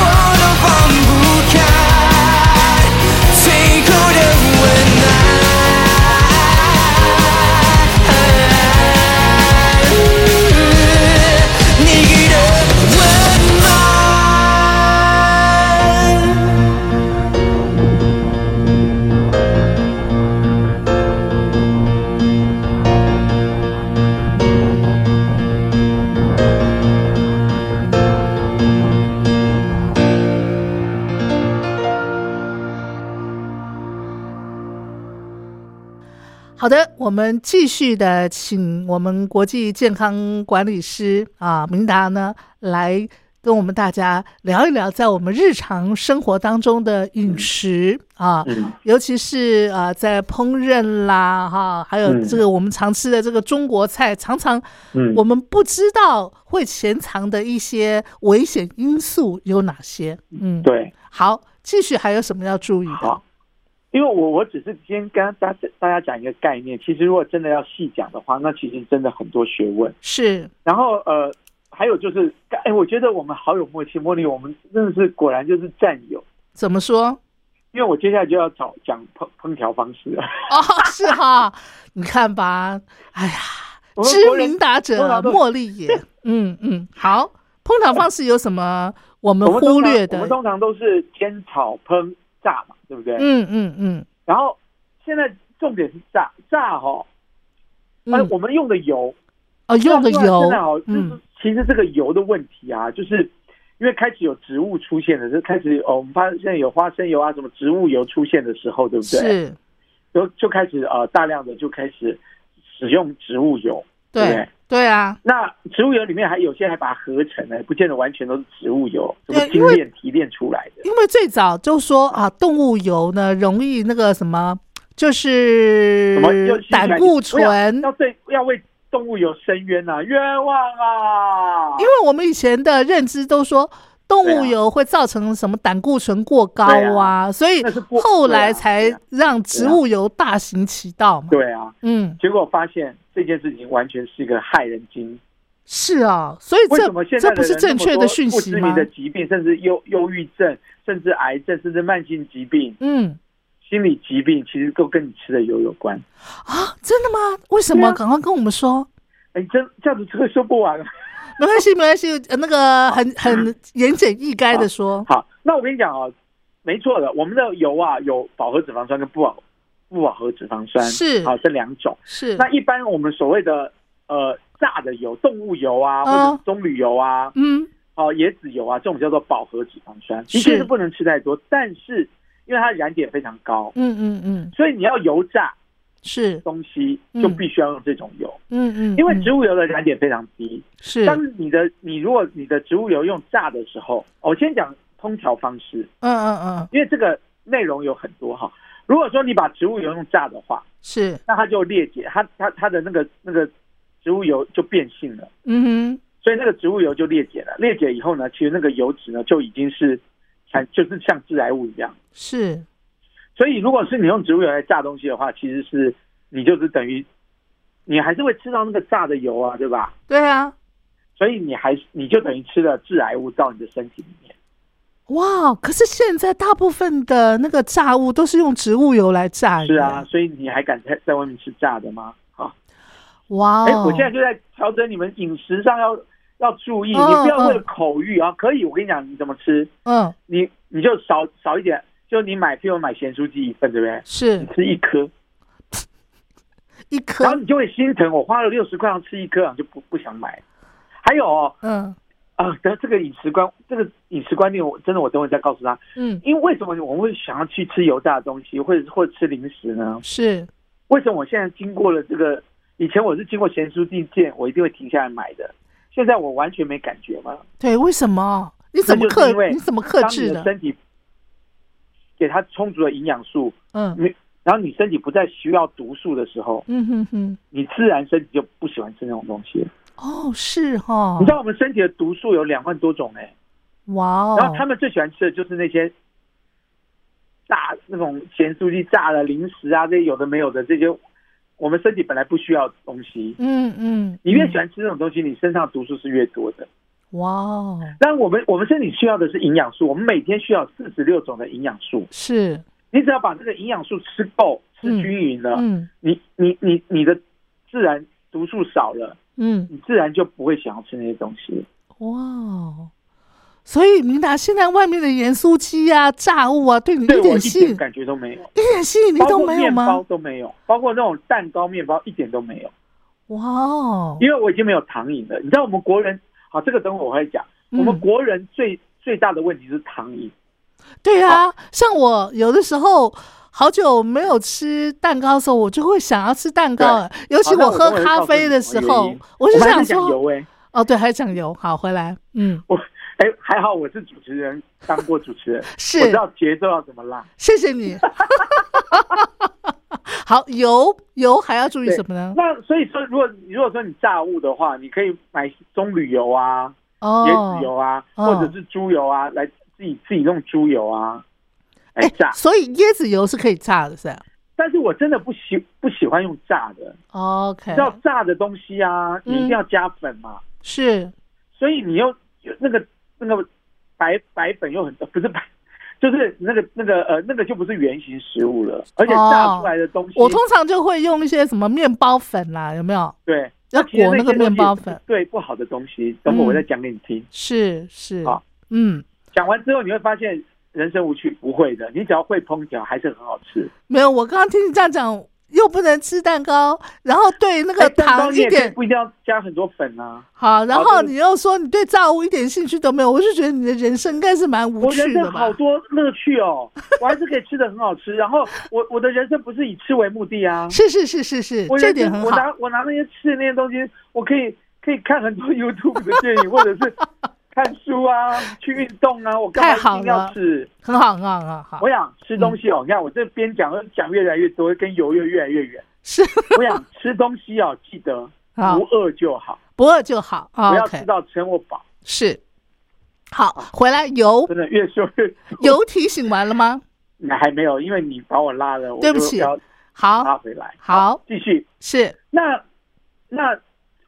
F: 我都放不开最后的温暖。你给的温暖。
B: 好的，我们继续的，请我们国际健康管理师啊，明达呢来跟我们大家聊一聊，在我们日常生活当中的饮食啊，
E: 嗯
B: 尤其是啊、呃在烹饪啦哈、还有
E: 嗯
B: 这个我们常吃的这个中国菜，常常
E: 嗯，
B: 我们不知道会潜藏的一些危险因素有哪些。嗯，，
E: 对，
B: 好，继续还有什么要注意的？
E: 好。因为我我只是先跟大家大家讲一个概念，其实如果真的要细讲的话，那其实真的很多学问。
B: 是
E: 然后呃，还有就是，哎，我觉得我们好有默契，茉莉，我们真的是果然就是战友。
B: 怎么说？
E: 因为我接下来就要找讲烹烹调方式了，
B: 哦， 是哈，你看吧，哎呀，
E: 我们
B: 知
E: 国人
B: 名达者
E: 通常都
B: 茉莉也，嗯嗯，好，烹调方式有什么我们
E: 我们通常
B: 哦忽略的
E: 我？们通常都是煎、炒、烹、炸嘛，对不对？
B: 嗯嗯嗯
E: 然后现在重点是炸，炸哈、哦，哎、
B: 嗯，
E: 我们用的油，
B: 哦，用的
E: 啊那不然现在
B: 油
E: 哦，，
B: 嗯
E: 嗯，其实这个油的问题啊，就是因为开始有植物出现的，就开始哦，我们发现有花生油啊，什么植物油出现的时候，对不对？
B: 是，
E: 就就开始呃，大量的就开始使用植物油。对不
B: 对
E: 对，
B: 对啊，
E: 那植物油里面还有些还把它合成呢，不见得完全都是植物油，什么
B: 对因
E: 精
B: 为
E: 炼提炼出来的。
B: 因为最早就说啊，动物油呢容易那个什么，就是
E: 什么又吸起来
B: 胆固
E: 不要
B: 醇。
E: 要对要为动物有深渊呐、冤枉啊！
B: 因为我们以前的认知都说动物油会造成什么胆固醇过高
E: 对
B: 啊，所以
E: 那是过
B: 后来才
E: 对啊
B: 让植物油大行其道嘛。
E: 对啊，
B: 嗯，
E: 结果发现这件事情完全是一个害人精。
B: 是啊，所以
E: 为
B: 这
E: 什么现在
B: 这不
E: 的人
B: 是正确
E: 那么
B: 的
E: 多
B: 讯
E: 不
B: 息
E: 知名
B: 吗
E: 的？疾病，甚至忧忧郁症，甚至癌症，甚至慢性疾病、
B: 嗯
E: 心理疾病，其实都跟你吃的油有关。
B: 啊，真的吗？为什么？
E: 对啊
B: 赶快跟我们说。
E: 哎，真这样子这个说不完。啊
B: 没关系，没关系，呃那个很很言简意赅的说，
E: 好，那我跟你讲哦，没错的，我们的油啊有饱和脂肪酸跟不饱不饱和脂肪酸，
B: 是
E: 好这两种。
B: 是，
E: 那一般我们所谓的呃炸的油，动物油啊，
B: 嗯
E: 或者棕榈油啊，
B: 嗯，
E: 哦、椰子油啊，这种叫做饱和脂肪酸，的确
B: 是
E: 是不能吃太多，但是因为它燃点非常高，
B: 嗯嗯嗯，
E: 所以你要油炸
B: 是，
E: 东西
B: 嗯
E: 就必须要用这种油，
B: 嗯嗯，
E: 因为
B: 嗯
E: 植物油的燃点非常低。
B: 是，
E: 当
B: 嗯
E: 你的你如果你的植物油用炸的时候，哦我先讲烹调方式，
B: 嗯嗯，
E: 因为这个内容有很多哈。如果说你把植物油用炸的话，
B: 是，
E: 那它就裂解，它它它的那个那个植物油就变性了。
B: 嗯
E: 所以那个植物油就裂解了。裂解以后呢，其实那个油脂呢就已经是产，就是像致癌物一样。
B: 哼，是，
E: 所以如果是你用植物油来炸东西的话，其实是你就是等于你还是会吃到那个炸的油啊，对吧？
B: 对啊，
E: 所以你还是你就等于吃了致癌物到你的身体里面。
B: 哇！可是现在大部分的那个炸物都是用植物油来炸的，
E: 是啊，，所以你还敢在在外面吃炸的吗？啊，
B: 哇
E: 哎、
B: 哦！
E: 我现在就在调整你们饮食上要要注意，
B: 嗯
E: 你不要为了
B: 嗯
E: 口欲啊。可以，我跟你讲，你怎么吃，
B: 嗯
E: 你你就少少一点，就你买，譬如买咸酥鸡一份，对不对？
B: 是
E: 你吃一颗，
B: 一
E: 然后
B: 颗，
E: 你就会心疼，我花了六十块要吃一颗，就不不想买。还有哦
B: 嗯
E: 啊，等下这个饮食观，这个饮食观念，我真的我等会再告诉他。
B: 嗯
E: 因为为什么我们会想要去吃油炸的东西，或者或者吃零食呢？
B: 是
E: 为什么我现在经过了这个？以前我是经过咸酥鸡店，我一定会停下来买的。现在我完全没感觉嘛，
B: 对，为什么？你怎么
E: 那就是
B: 克
E: 因为
B: 你怎么克
E: 当你
B: 制
E: 的
B: 的？
E: 身体给它充足的营养素，
B: 嗯
E: 你然后你身体不再需要毒素的时候，
B: 嗯哼哼，
E: 你自然身体就不喜欢吃那种东西了。
B: 哦是哈
E: 你，知道我们身体的毒素有两万多种哎、
B: 哇哦！
E: 然后他们最喜欢吃的就是那些炸那种咸酥鸡、炸的零食啊，这些有的没有的这些，我们身体本来不需要的东西。
B: 嗯嗯，
E: 你越
B: 嗯
E: 喜欢吃这种东西，你身上的毒素是越多的。
B: 哇哦
E: 但我们我们身体需要的是营养素，我们每天需要四十六种的营养素。
B: 是
E: 你只要把这个营养素吃够、吃均匀了，
B: 嗯
E: 你你你你的自然毒素少了，
B: 嗯
E: 你自然就不会想要吃那些东西。
B: 哇哦！所以明达现在外面的盐酥鸡啊、炸物啊，对你一
E: 对我
B: 点
E: 一
B: 吸引
E: 点感觉都没有。
B: 一点吸引力
E: 包
B: 都
E: 括
B: 没有
E: 面包
B: 吗？
E: 都没有，包括那种蛋糕、面包一点都没有，
B: 哇哦！
E: 因为我已经没有糖瘾了。你知道我们国人，好，这个等会我会讲。
B: 嗯
E: 我们国人最最大的问题是糖瘾，
B: 对啊，像我有的时候好久没有吃蛋糕的时候，我就会想要吃蛋糕，尤其
E: 好那
B: 我
E: 我
B: 喝
E: 等会
B: 咖
E: 告诉你
B: 啡的
E: 什
B: 时
E: 么原
B: 候
E: 因，
B: 我就
E: 们还
B: 想
E: 在讲
B: 说，
E: 油哎、
B: 哦，对，还讲油，好，回来，嗯，
E: 我哎、还好我是主持人，当过主持人，
B: 是
E: 我知道节奏要怎么拉。
B: 谢谢你。 好，油油还要注意什么呢？
E: 那所以说，如果如果说你炸物的话，你可以买棕榈油啊、椰子
B: 哦，
E: 油啊，
B: 哦
E: 或者是猪油啊，来自己自己弄猪油啊来炸。
B: 哎所以椰子油是可以炸的，是吧
E: 但是我真的不喜不喜欢用炸的，
B: ？OK，
E: 要炸的东西啊，你一定要加粉嘛。
B: 是
E: 所以你又那个那个白白粉又很不是白， 就是那个那个呃那个就不是原型食物了，而且
B: 哦
E: 炸出来的东西，
B: 我通常就会用一些什么面包粉啦，有没有？
E: 对
B: 要
E: 其实
B: 裹那个
E: 些东西
B: 面包粉
E: 是对不好的东西，等会
B: 嗯
E: 我再讲给你听。
B: 是是
E: 好，
B: 嗯。
E: 讲完之后你会发现人生无趣，不会的，你只要会烹调还是很好吃。
B: 没有，我刚刚听你这样讲，又不能吃蛋糕，然后对那
E: 哎
B: 个
E: 蛋糕
B: 糖
E: 你
B: 一
E: 也可以
B: 点
E: 不一定要加很多粉啊。
B: 好，然
E: 好
B: 后
E: 对
B: 你又说你对炸物一点兴趣都没有，我是觉得你的人生应该是蛮无
E: 我人
B: 趣
E: 生
B: 的吧
E: 好？多乐趣哦，我还是可以吃的很好吃。然后我我的人生不是以吃为目的啊，
B: 是是是是是
E: 我，
B: 这
E: 人
B: 点
E: 生
B: 很
E: 我
B: 好。
E: 拿我拿那些吃的那些东西，我可以可以看很多 YouTube 的电影，或者 是看书啊，去运动啊，我干
B: 太好
E: 嘛一定要
B: 了
E: 吃？
B: 很好，很好，很好好嗯
E: 我，想吃东西哦，你看我这边讲讲越来越多，跟游越越来 越远。
B: 是
E: 我想吃东西哦，记得
B: 好
E: 不饿就好，
B: 不饿就好。
E: 不
B: 啊
E: 要吃
B: OK，
E: 到撑我饱。
B: 是好。回来油
E: 真的越说越
B: 油提醒完了吗？
E: 那还没有，因为你把我拉了，我
B: 对不
E: 就
B: 起
E: 要拉
B: 好，
E: 回来。
B: 好
E: 继续。
B: 是
E: 那那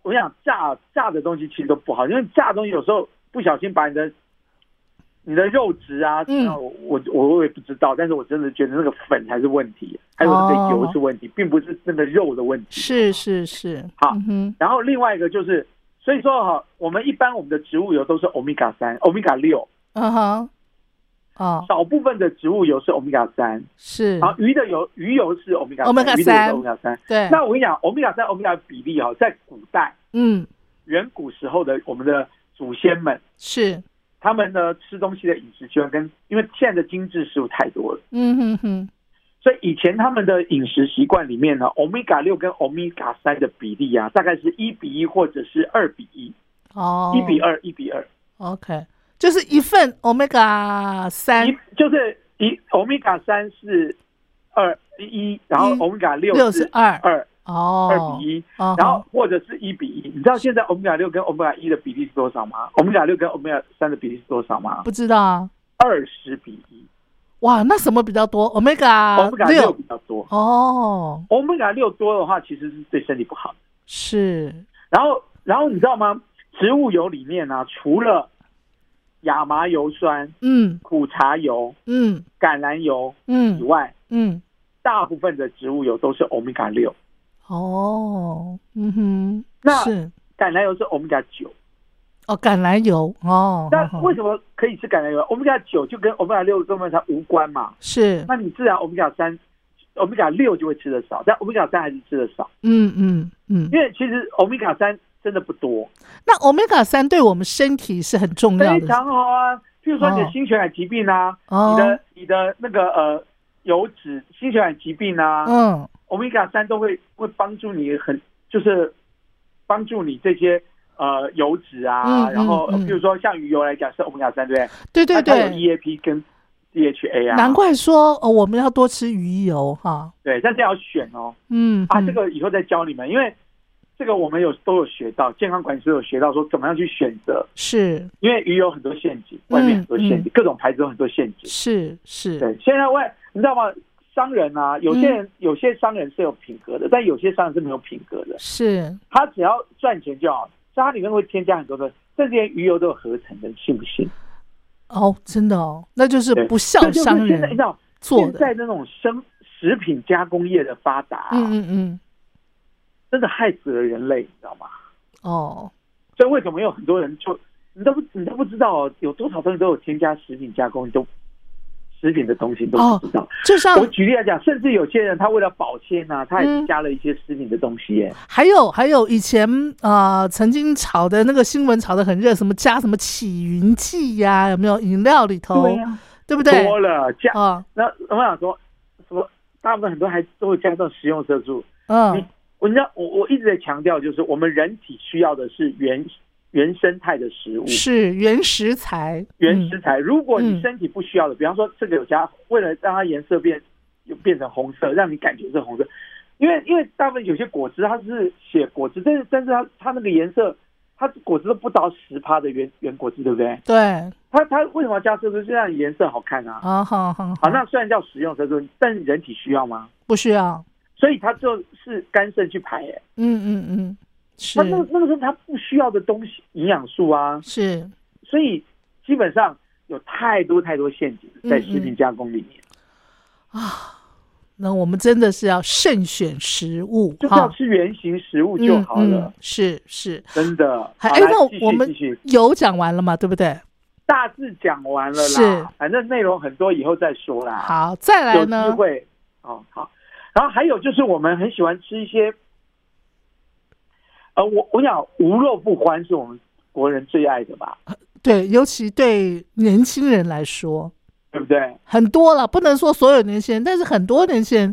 E: 我想炸炸的东西其实都不好，因为炸的东西有时候不小心把你的你的肉质啊，
B: 嗯
E: 那我我我也不知道，但是我真的觉得那个粉才是问题，还有那
B: 哦
E: 个油是问题，并不是那个肉的问题。
B: 是是是，
E: 好
B: 嗯哼，
E: 然后另外一个就是，所以说哈，我们一般我们的植物油都是欧米伽三、欧米伽六，
B: 嗯哼，哦，
E: 少部分的植物油是欧米伽三，
B: 是
E: 然，后鱼的油鱼油是欧米伽
B: 嗯 Omega
E: 鱼的油
B: 3
E: 是欧米伽三。
B: 对，
E: 那我跟你讲，欧米伽三、欧米伽比例哈，在古代
B: 嗯，
E: 远古时候的我们的祖先们。
B: 是，
E: 他们呢吃东西的饮食习惯跟因为现在的精致食物太多了，
B: 嗯哼哼，
E: 所以以前他们的饮食习惯里面呢，欧米伽六跟欧米伽三的比例啊，大概是一比一或者是二比一、
B: 哦，
E: 一比二、一比二，
B: ，OK，就是一份 omega 三
E: 一就是一欧米伽三是二一，然后
B: 一
E: 欧米伽
B: 六
E: 六
B: 是
E: 是
B: 二，
E: 二
B: 哦，
E: 二比一，
B: 哦，
E: 然后或者是一比一。你知道现在欧米伽六跟欧米伽一的比例是多少吗？欧米伽六跟欧米伽三的比例是多少吗？
B: 不知道啊，
E: 二十比一，
B: 哇，那什么比较多
E: 欧米伽
B: ？omega
E: 六
B: 六
E: 比较多。
B: 哦，
E: 欧米伽六多的话，其实是对身体不好的。
B: 是，
E: 然后，然后你知道吗？植物油里面呢、啊除了亚麻油酸、
B: 嗯
E: 苦茶油、
B: 嗯
E: 橄榄油以
B: 嗯
E: 外，
B: 嗯，
E: 大部分的植物油都是欧米伽六，
B: 哦，嗯哼，
E: 那
B: 是
E: 橄榄油是欧米伽九。
B: 哦，橄榄油哦，
E: 那
B: 哦
E: 为什么可以吃橄榄油？欧米伽九就跟欧米伽六根本它无关嘛。
B: 是，
E: 那你自然欧米伽三、欧米伽六就会吃的少，但欧米伽三还是吃的少，
B: 嗯嗯嗯，
E: 因为其实欧米伽三真的不多，
B: 那 omega 三对我们身体是很重要
E: 非
B: 的，
E: 常好啊。譬如说你的
B: 哦
E: 心血管疾病啊，你
B: 哦
E: 的，你的那个呃油脂、心血管疾病啊，
B: 嗯，
E: 欧米伽三都会会帮助你很，就是帮助你这些呃油脂啊，
B: 嗯嗯
E: 然后、呃
B: 嗯
E: 比如说像鱼油来讲是欧米伽三，对不对？
B: 对对
E: 它它有
B: 对，
E: EAP 跟 DHA 啊，
B: 难怪说哦，我们要多吃鱼油哈，
E: 对，但是要选哦
B: 嗯
E: 啊，
B: 嗯
E: 这个以后再教你们，因为这个我们有都有学到，健康管理师有学到说怎么样去选择，
B: 是
E: 因为鱼有很多陷阱，
B: 嗯
E: 外面很多陷阱，各种牌子有很多陷阱。
B: 是是，嗯
E: 对，现在外你知道吗？商人啊，有些人、有些商人是有品格的，但有些商人是没有品格的。
B: 是
E: 他只要赚钱就好，所以它里面会添加很多的，甚至连鱼油都有合成的，你信不信？
B: 哦，真的哦，那就是
E: 对
B: 不孝
E: 这就是
B: 商
E: 现在你
B: 人
E: 知道
B: 做
E: 现
B: 的，
E: 在那种生食品加工业的发达、啊，
B: 嗯嗯嗯，
E: 真的害死了人类，你知道吗？
B: 哦，
E: 所以为什么有很多人就你都不你都不知道哦有多少东西都有添加食品加工，你都食品的东西你都不知道。
B: 就像
E: 我举例来讲，甚至有些人他为了保鲜啊，他也
B: 嗯
E: 是加了一些食品的东西耶、
B: 还有还有以前啊、呃曾经炒的那个新闻炒得很热，什么加什么起云剂呀、有没有饮料里头，
E: 对呀、
B: 对不对？
E: 多了加。
B: 哦，
E: 那我想说，什么大部分很多还都会加上食用色素。
B: 嗯
E: 嗯，我你知道，我我一直在强调，就是我们人体需要的是原原生态的食物、
B: 是原食材，
E: 原食
B: 嗯、
E: 材。如果
B: 嗯
E: 你身体不需要的，比方说这个有加，为了让它颜色变有变成红色，让你感觉是红色，因为因为大部分有些果汁它是写果汁，但是但是它它那个颜色。它果汁都不到十趴的原原果汁，对不对？
B: 对
E: 它它为什么要加色素？就让颜色好看啊！
B: 啊，好好
E: 好，
B: 好，
E: 那虽然叫食用色素，但是人体需要吗？
B: 不需要，
E: 所以它就是肝肾去排、欸，
B: 嗯嗯嗯，是
E: 它那那个时候它不需要的东西，营养素啊，
B: 是
E: 所以基本上有太多太多陷阱在
B: 嗯嗯
E: 食品加工里面，
B: 那我们真的是要慎选食物
E: 就是要吃原形食物就好
B: 嗯
E: 了
B: 嗯，，是是。
E: 真的。
B: 还
E: 好
B: 哎，
E: 来继
B: 那
E: 续
B: 我们
E: 继续
B: 油讲完了嘛，对不对？
E: 大致讲完了
B: 是
E: 啦，反正内容很多，以后再说啦。
B: 好，再来
E: 啊有
B: 呢
E: 机，会哦，好。然后还有就是我们很喜欢吃一些，呃，我我想无肉不欢是我们国人最爱的吧，
B: 对，尤其对年轻人来说，
E: 对不对？
B: 很多了，不能说所有年轻人，但是很多年轻人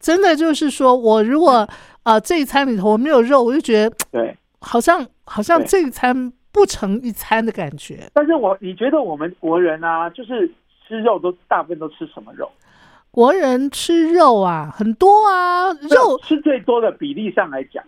B: 真的就是说，我如果
E: 嗯
B: 啊、呃这一餐里头我没有肉，我就觉得
E: 对。
B: 好像好像
E: 对
B: 这一餐不成一餐的感觉。
E: 但是我你觉得我们国人啊，就是吃肉都大部分都吃什么肉？
B: 国人吃肉啊，很多啊，肉
E: 吃最多的比例上来讲，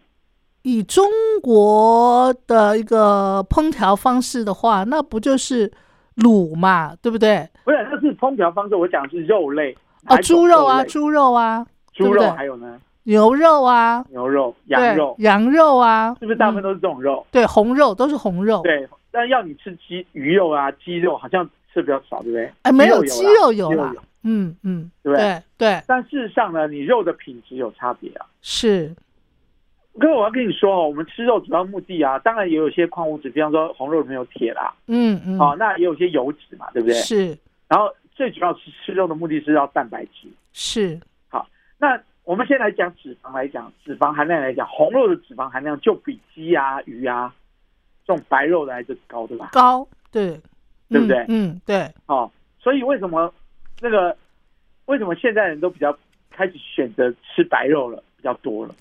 B: 以中国的一个烹调方式的话，那不就是卤嘛，对不对？
E: 不是那是烹调方式，我讲的是肉类
B: 啊，
E: 哪一种
B: 猪肉啊，
E: 类
B: 猪肉啊，对
E: 猪
B: 不
E: 肉
B: 对
E: 还有呢，
B: 牛肉啊，
E: 牛肉、
B: 对
E: 羊肉，
B: 羊肉啊，
E: 是不是大部分
B: 嗯
E: 都是这种肉？
B: 对红肉都是红肉？，
E: 对，但要你吃鸡鱼肉啊、鸡肉，好像吃比较少，对不对？
B: 哎，没
E: 有
B: 鸡
E: 啦
B: 肉有
E: 鸡
B: 啦，嗯嗯，
E: 对不对
B: 对，
E: 但事实上呢，你肉的品质有差别啊。
B: 是，
E: 可是我要跟你说哦，我们吃肉主要目的啊，当然也有一些矿物质，比方说红肉里面有铁啦，
B: 嗯嗯，
E: 哦，那也有一些油脂嘛，对不对？
B: 是
E: 然后最主要吃吃肉的目的是要蛋白质。
B: 是，
E: 那我们先来讲脂肪来讲，脂肪含量来讲，红肉的脂肪含量就比鸡啊、鱼啊这种白肉的来的高，对吧？
B: 高，对，
E: 对不
B: 嗯
E: 对
B: 嗯，对，
E: 哦，所以为什么那个为什么现在人都比较开始选择吃白肉了，比较多了？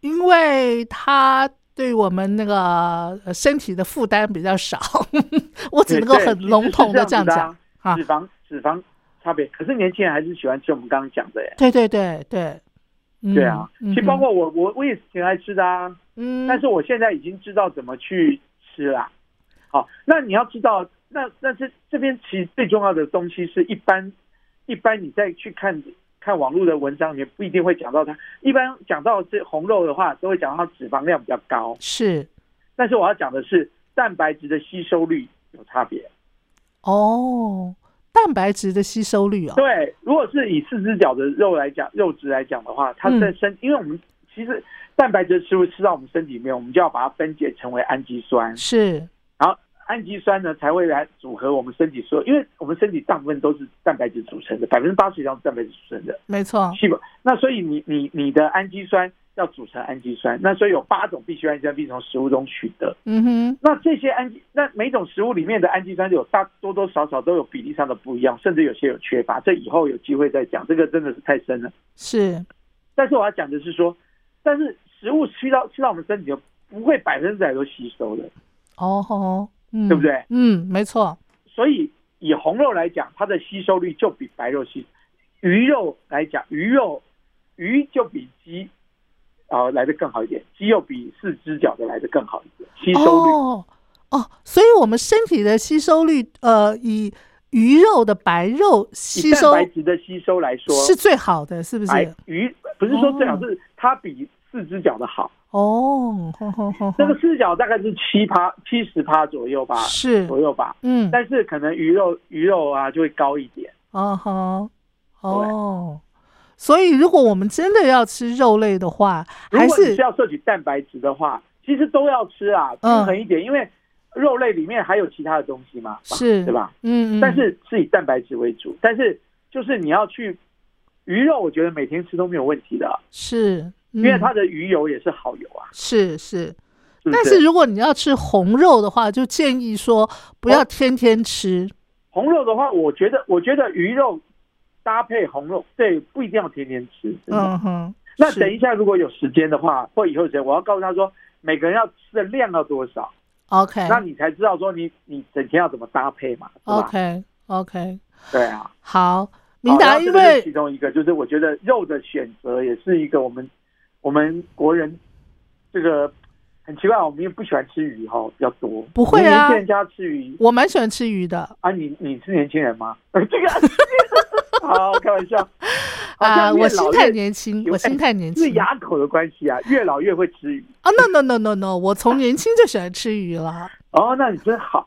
B: 因为它对我们那个呃身体的负担比较少， 我只能够
E: 对
B: 很笼统的这样讲。，啊
E: 其实是这样子的啊脂肪脂肪差别，可是年轻人还是喜欢吃我们刚刚讲的耶。
B: 对对对对，嗯
E: 对啊，
B: 嗯
E: 其实包括我，我我也是挺爱吃的啊，
B: 嗯，
E: 但是我现在已经知道怎么去吃啦。好，那你要知道，那那这这边其实最重要的东西是一般一般你再去看看网络的文章里面不一定会讲到它，一般讲到这红肉的话，都会讲到它脂肪量比较高，
B: 是
E: 但是我要讲的是蛋白质的吸收率有差别。
B: 哦，蛋白质的吸收率哦，
E: 对，如果是以四只脚的肉来讲，肉质来讲的话，它在
B: 嗯
E: 身，因为我们其实蛋白质的食物吃到我们身体里面，我们就要把它分解成为氨基酸，
B: 是
E: 然后氨基酸呢才会来组合我们身体所有，因为我们身体大部分都是蛋白质组成的，百分之八十以上是蛋白质组成的
B: 没错，
E: 细胞。那所以你你你的氨基酸要组成氨基酸，那所以有八种必需氨基酸必须从食物中取得。
B: 嗯哼，
E: 那这些氨基，那每种食物里面的氨基酸有大多多少少都有比例上的不一样，甚至有些有缺乏。这以后有机会再讲，这个真的是太深了。
B: 是
E: 但是我要讲的是说，但是食物吃到吃到我们身体不会百分之百都吸收的，
B: 哦吼，嗯，
E: 对不对？
B: 嗯，没错，
E: 所以以红肉来讲，它的吸收率就比白肉吸。鱼肉来讲，鱼肉鱼就比鸡啊、来的更好一点，鸡肉比四只脚的来的更好一点，吸收率。
B: 哦哦，所以我们身体的吸收率，呃，以鱼肉的白肉
E: 以
B: 吸
E: 蛋
B: 收
E: 白质的吸收来说，
B: 是最好的，是不是？
E: 白鱼不是说最好，
B: 哦
E: 是它比四只脚的好。
B: 哦，吼吼吼
E: 那
B: 吼
E: 个四只脚大概是七趴、七十趴左右吧，
B: 是，
E: 左右吧。
B: 嗯，
E: 但是可能鱼肉鱼肉啊就会高一点。
B: 哦哈，哦，所以如果我们真的要吃肉类的话，
E: 如
B: 还
E: 果你
B: 是
E: 是要摄取蛋白质的话，其实都要吃啊，
B: 嗯
E: 均衡一点，因为肉类里面还有其他的东西嘛，
B: 是
E: 对吧？
B: 嗯嗯，
E: 但是是以蛋白质为主，但是就是你要去鱼肉，我觉得每天吃都没有问题的，
B: 是因
E: 因为它的嗯鱼油也是好油啊，
B: 是是，
E: 是不
B: 但是如果你要吃红肉的话，就建议说不
E: 哦
B: 要天天吃，
E: 红肉的话，我觉得，我觉得鱼肉搭配红肉，对，不一定要天天吃。真的
B: 嗯哼，
E: 那
B: 是
E: 等一下，如果有时间的话，或以后有时间，我要告诉他说，每个人要吃的量要多少，
B: OK
E: 那你才知道说你你整天要怎么搭配嘛，对吧？
B: OK OK，
E: 对啊。
B: 好，明
E: 好
B: 达，
E: 那这
B: 因
E: 个是
B: 为
E: 其中一个就是我觉得肉的选择也是一个我们我们国人这个很奇怪，我们也不喜欢吃鱼哈、比较多。
B: 不会啊
E: 我们年轻人家吃鱼
B: 我蛮喜欢吃鱼的
E: 啊，你你是年轻人吗？ 这个好开玩笑好像
B: 啊，
E: 越
B: 我
E: 老
B: 心
E: 越
B: 态年轻，
E: 有
B: 我心态年
E: 是
B: 轻。
E: 牙口的关系啊，越老越会吃鱼。
B: 啊，no no no no no，我从年轻就喜欢吃鱼了。
E: 哦，那你真好。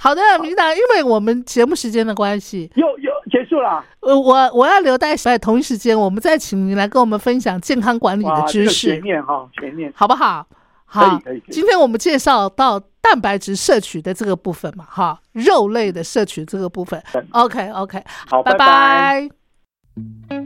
B: 好的，明达，因为我们节目时间的关系，
E: 又又结束了，
B: 呃，我我要留待在同一时间，我们再请您来跟我们分享健康管理
E: 哇
B: 的，
E: 这
B: 知
E: 个悬
B: 识，
E: 念哈，悬念。
B: 好不好？
E: 可以
B: 好
E: 可以可，以
B: 今天我们介绍到蛋白质摄取的这个部分嘛，哈，肉类的摄取这个部分。OK OK，
E: 嗯好，
B: 拜
E: 拜拜
B: 嗯